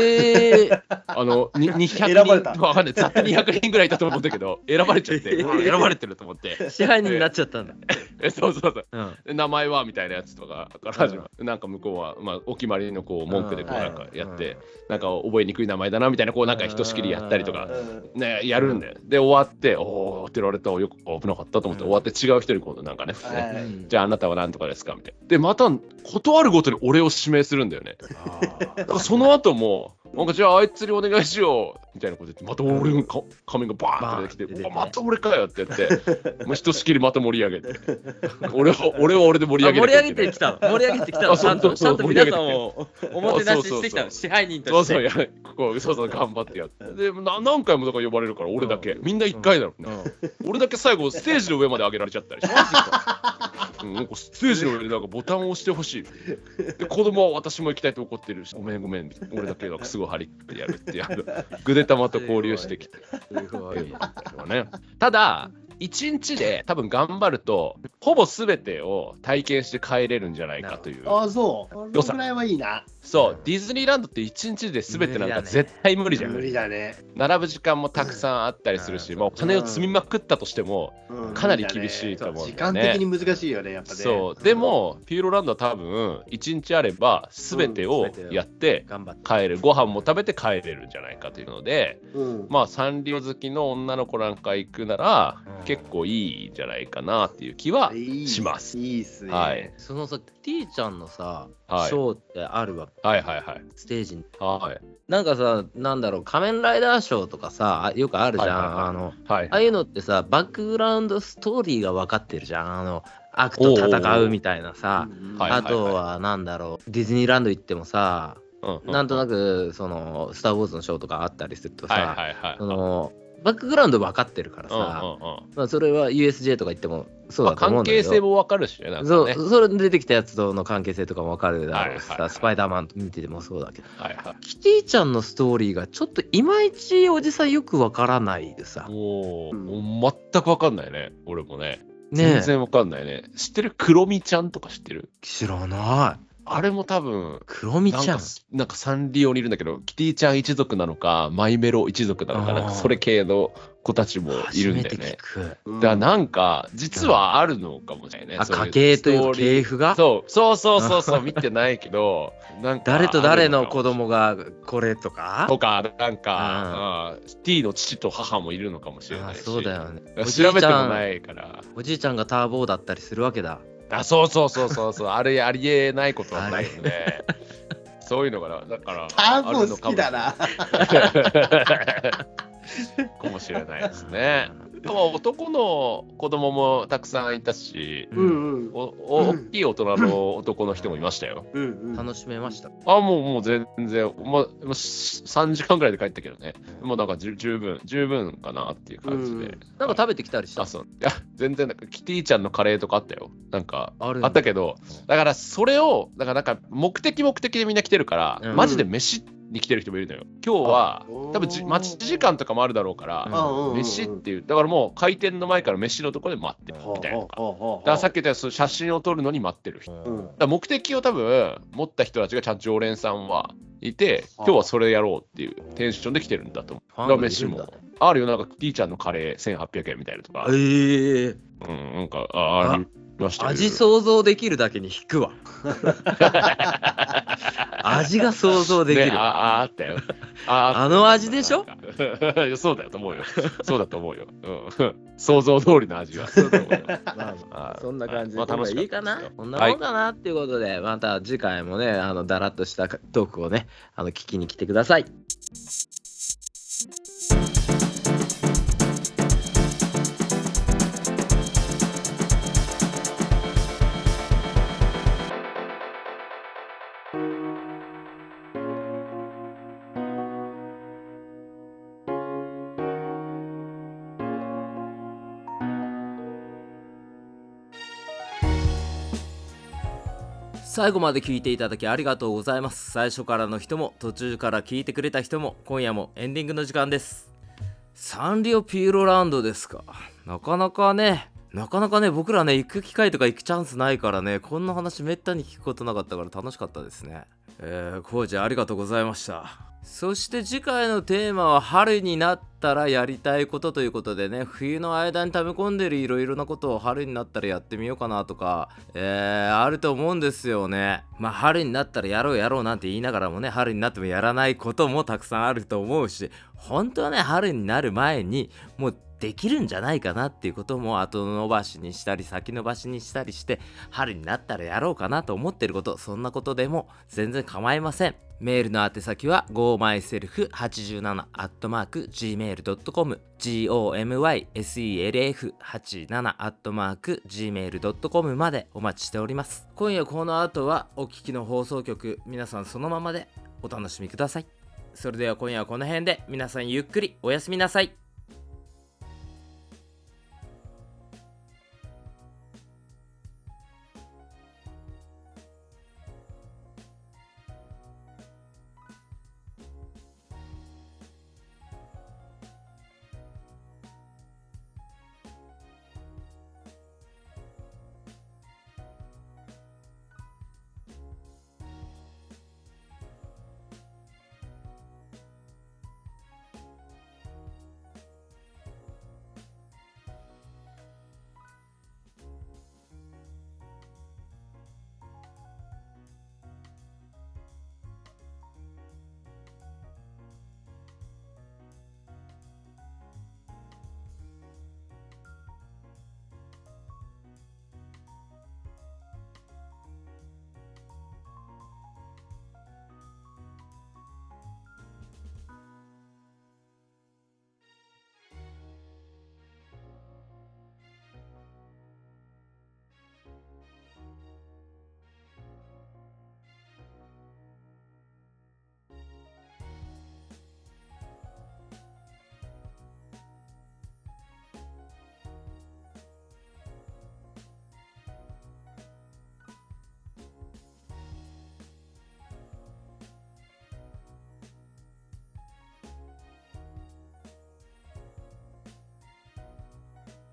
Speaker 1: ええ
Speaker 2: あの、に200
Speaker 3: 選ばれた
Speaker 2: 人、わかんない、ざっと200人ぐらいいたと思うんだけど、選ばれちゃって、うわ選ばれてると思って、
Speaker 1: 支配人になっちゃったんだ
Speaker 2: えそうそうそう
Speaker 1: うん
Speaker 2: え、名前はみたいなやつとかから始まる、なんか向こうは、まあ、お決まりのこう文句でこう
Speaker 3: うん
Speaker 2: なんかやって、なんか覚えにくい名前だなみたいな、こうなんかひとしきりやったりとか
Speaker 3: う。ん
Speaker 2: ね、やるんだよで終わって「おお」って言われたらよく危なかったと思って終わって違う人に今度なんかね
Speaker 3: は
Speaker 2: ね
Speaker 3: い
Speaker 2: じゃああなたは何とかですかみたいなでまた断るごとに俺を指名するんだよねだからその後も、なんかじゃああいつにお願いしようみたいなこと言って、また俺のか仮面がバーンって出て
Speaker 1: バーンって出て
Speaker 2: きて、
Speaker 1: ね
Speaker 2: うわまた俺かよってやって、もうひとしきりまた盛り上げて、俺は俺は俺で盛り
Speaker 1: あ
Speaker 2: 上げ
Speaker 1: 盛
Speaker 2: な
Speaker 1: り上げ
Speaker 2: きゃいけない
Speaker 1: てきたの盛り上げてきたの
Speaker 2: あ
Speaker 1: ちゃ
Speaker 2: そ
Speaker 1: ん
Speaker 2: う
Speaker 1: とちゃんと
Speaker 2: そう盛り上
Speaker 1: 皆さ
Speaker 2: げてきた
Speaker 1: んをおもてなししてきたの
Speaker 2: そうそうそうそう
Speaker 1: 支配人
Speaker 2: そ
Speaker 1: と
Speaker 2: う
Speaker 1: して
Speaker 2: そうやれこうそうそう頑張ってやってでな何回もだから呼ばれるから俺だけみんな1回だろうね、俺だけ最後ステージの上まで上げられちゃったりして、うん、なんかステージの上でなんかボタンを押してほしいで子供は私も行きたいと怒ってるしごめんごめん俺だけなんかすごい張り切ってやるってやる (laughs) ぐでたまと交流してきて
Speaker 1: すごい
Speaker 2: ね、ただ1日で多分頑張るとほぼ全てを体験して帰れるんじゃないかという。
Speaker 3: ああ、そう。こ
Speaker 2: 良
Speaker 3: の
Speaker 2: さ
Speaker 3: ぐらいはいいな。
Speaker 2: そう、ディズニーランドって1日で全てなんか絶対無理じゃん。
Speaker 3: 無理だね。
Speaker 2: 並ぶ時間もたくさんあったりするし、
Speaker 1: うん
Speaker 2: まあ、お金を積みまくったとしても、
Speaker 3: うん
Speaker 2: かなり厳しいと思うん
Speaker 3: 時
Speaker 2: だよ
Speaker 3: 間
Speaker 2: ね
Speaker 3: 的に難しいよね、やっぱね。
Speaker 2: そうでもピューロランドは多分1日あれば全てを
Speaker 1: うん全てを
Speaker 2: やって
Speaker 1: 頑張って。
Speaker 2: 帰るご飯も食べて帰れるんじゃないかというので
Speaker 3: うん、
Speaker 2: まあサンリオ好きの女の子なんか行くなら
Speaker 1: うん
Speaker 2: 結構いいんじゃないかなっていう気は、します
Speaker 3: いいっすね。
Speaker 2: はい、
Speaker 1: そのさ、T ちゃんのさ、
Speaker 2: はい
Speaker 1: ショーってあるわ、
Speaker 2: はいはいはい
Speaker 1: ステージに。
Speaker 2: はい
Speaker 1: なんかさ、なんだろう、仮面ライダーショーとかさ、あよくあるじゃん。
Speaker 2: はいはいはい
Speaker 1: あの、
Speaker 2: はい
Speaker 1: ああいうのってさ、バックグラウンドストーリーが分かってるじゃん。あの、悪と戦うみたいなさ。
Speaker 3: うん
Speaker 2: はい
Speaker 1: あとは、なんだろう、ディズニーランド行ってもさ、なんとな
Speaker 2: く
Speaker 1: く、その、スター・ウォーズのショーとかあったりすると
Speaker 2: はいは
Speaker 1: さ、
Speaker 2: いはい
Speaker 1: その、バックグラウンド分かってるから
Speaker 2: うん
Speaker 1: さ、
Speaker 2: うんうん
Speaker 1: まあ、それは USJ とか行ってもそう
Speaker 2: ま
Speaker 1: だ
Speaker 2: あ
Speaker 1: と思う
Speaker 2: 関
Speaker 1: んだけ
Speaker 2: 係
Speaker 1: ど、
Speaker 2: 性もわかるしねなんか
Speaker 1: そ
Speaker 2: ね
Speaker 1: うそれで出てきたやつとの関係性とかも分かるだろうしさ、
Speaker 2: はいはいはい
Speaker 1: スパイダーマン見ててもそうだけど
Speaker 2: はいはい
Speaker 1: キティちゃんのストーリーがちょっといまいちおじさんよく分からないでさ
Speaker 2: もう
Speaker 3: うん
Speaker 2: もう全くわかんないね俺もね全
Speaker 1: ねえ
Speaker 2: 然わかんないね知ってるクロミちゃんとか知ってる
Speaker 1: 知らない
Speaker 2: あれも多分
Speaker 1: クロミ
Speaker 2: なん
Speaker 1: ちゃん
Speaker 2: かなんかサンリオにいるんだけどキティちゃん一族なのかマイメロ一族なの
Speaker 1: あ
Speaker 2: か
Speaker 1: ー
Speaker 2: なんかそれ系の子たちもい
Speaker 1: 初
Speaker 2: るん
Speaker 1: め
Speaker 2: だ
Speaker 1: て
Speaker 2: よ
Speaker 1: 聞
Speaker 2: ね
Speaker 1: く、
Speaker 3: うん
Speaker 2: だからなんか実はあるのかもしれないね
Speaker 1: あ
Speaker 2: そういう
Speaker 1: 家系という
Speaker 2: スト
Speaker 1: か
Speaker 2: ーリー
Speaker 1: 系譜が
Speaker 2: そうそうそうそうそう見てないけどなんか
Speaker 1: 誰と誰の子
Speaker 2: ある
Speaker 1: 供がこれとか
Speaker 2: かもとかなんかうん T の父と母もいるのかもしれな
Speaker 1: あ
Speaker 2: いし
Speaker 1: そうだよねおじいちゃ
Speaker 2: 調べてもなんいから
Speaker 1: おじいちゃんがターボーだったりするわけだ
Speaker 2: あそうそうそうそうそうあれありえないことはないよねそういうのがだから
Speaker 3: ターボ好きだな。
Speaker 2: かもしれないですね。でも男の子供もたくさんいたし、
Speaker 1: う
Speaker 3: うんんうん
Speaker 2: おお
Speaker 3: う
Speaker 2: 大
Speaker 3: ん
Speaker 2: きい大人の男の人もいましたよ。
Speaker 3: うんうん。
Speaker 1: 楽しめました
Speaker 2: あもうもう全然、まあ、3時間ぐらいで帰ったけどね、もうなんかじゅ十分、十分かなっていう感じで。
Speaker 1: なんか食べてきたりした
Speaker 2: あそういや全然なんかキティちゃんのカレーとかあったよ。なんか
Speaker 1: あるんだ
Speaker 2: あったけど、だからそれを、だからなんか目的目的でみんな来てるから、
Speaker 1: うん
Speaker 2: マジで飯に来てる人もいるのよ。今日は
Speaker 3: おー
Speaker 2: 多分じ待ち時間とかもあるだろうから、
Speaker 3: うんうんうん
Speaker 2: 飯っていう、だからもう開店の前から飯のところで待ってるみたいな。だか
Speaker 3: ほうほうほうほう
Speaker 2: らさっき言ったようにその写真を撮るのに待ってる人。だ
Speaker 3: う
Speaker 1: うん
Speaker 3: ん
Speaker 2: から目的を多分持った人たちがちゃんと常連さんはいて、
Speaker 3: はあ
Speaker 2: 今日はそれやろうっていうテンションで来てるんだと思う。
Speaker 1: ファン
Speaker 2: だ
Speaker 1: が
Speaker 2: から
Speaker 1: い
Speaker 2: 飯
Speaker 1: るん
Speaker 2: も
Speaker 1: だ。
Speaker 2: あるよ、なんかキティちゃんのカレー1800円みたいなとか。
Speaker 1: ええ
Speaker 2: うん、なんか、ああ
Speaker 1: あ
Speaker 2: りましたよ
Speaker 1: 味想像できるだけに引く
Speaker 2: (laughs)
Speaker 1: わ味が想像できる、
Speaker 2: ね、あああったよ。あ
Speaker 1: あの味でしょ
Speaker 2: なんかいや (laughs) そうだよと思うよ。そうだと思うよ。うん、想像通りの味が。そうだと思う
Speaker 1: (laughs)
Speaker 2: よあー
Speaker 1: そんな感じで、
Speaker 2: まあ楽し
Speaker 1: いい
Speaker 2: か
Speaker 1: か
Speaker 2: った
Speaker 1: な
Speaker 2: ですよ
Speaker 1: こんなもんかなっていうことで、また次回もねあのだらっとしたトークをねあの聞きに来てください
Speaker 4: 最後まで聞いていただきありがとうございます最初からの人も途中から聞いてくれた人も今夜もエンディングの時間ですサンリオピューロランドですかなかなかねなかなかね僕らね行く機会とか行くチャンスないからねこんな話めったに聞くことなかったから楽しかったですねえー、コージありがとうございましたそして次回のテーマは春になったらやりたいことということでね冬の間に溜め込んでるいろいろなことを春になったらやってみようかなとかえー、あると思うんですよねまあ春になったらやろうやろうなんて言いながらもね春になってもやらないこともたくさんあると思うし本当はね春になる前にもうできるんじゃないかなっていうことも後延ばしにしたり先延ばしにしたりして春になったらやろうかなと思ってることそんなことでも全然構いませんメールの宛先は gomyself87-gmail.com gomyself87-gmail.com までお待ちしております今夜この後はお聞きの放送局皆さんそのままでお楽しみくださいそれでは今夜はこの辺で皆さんゆっくりおやすみなさい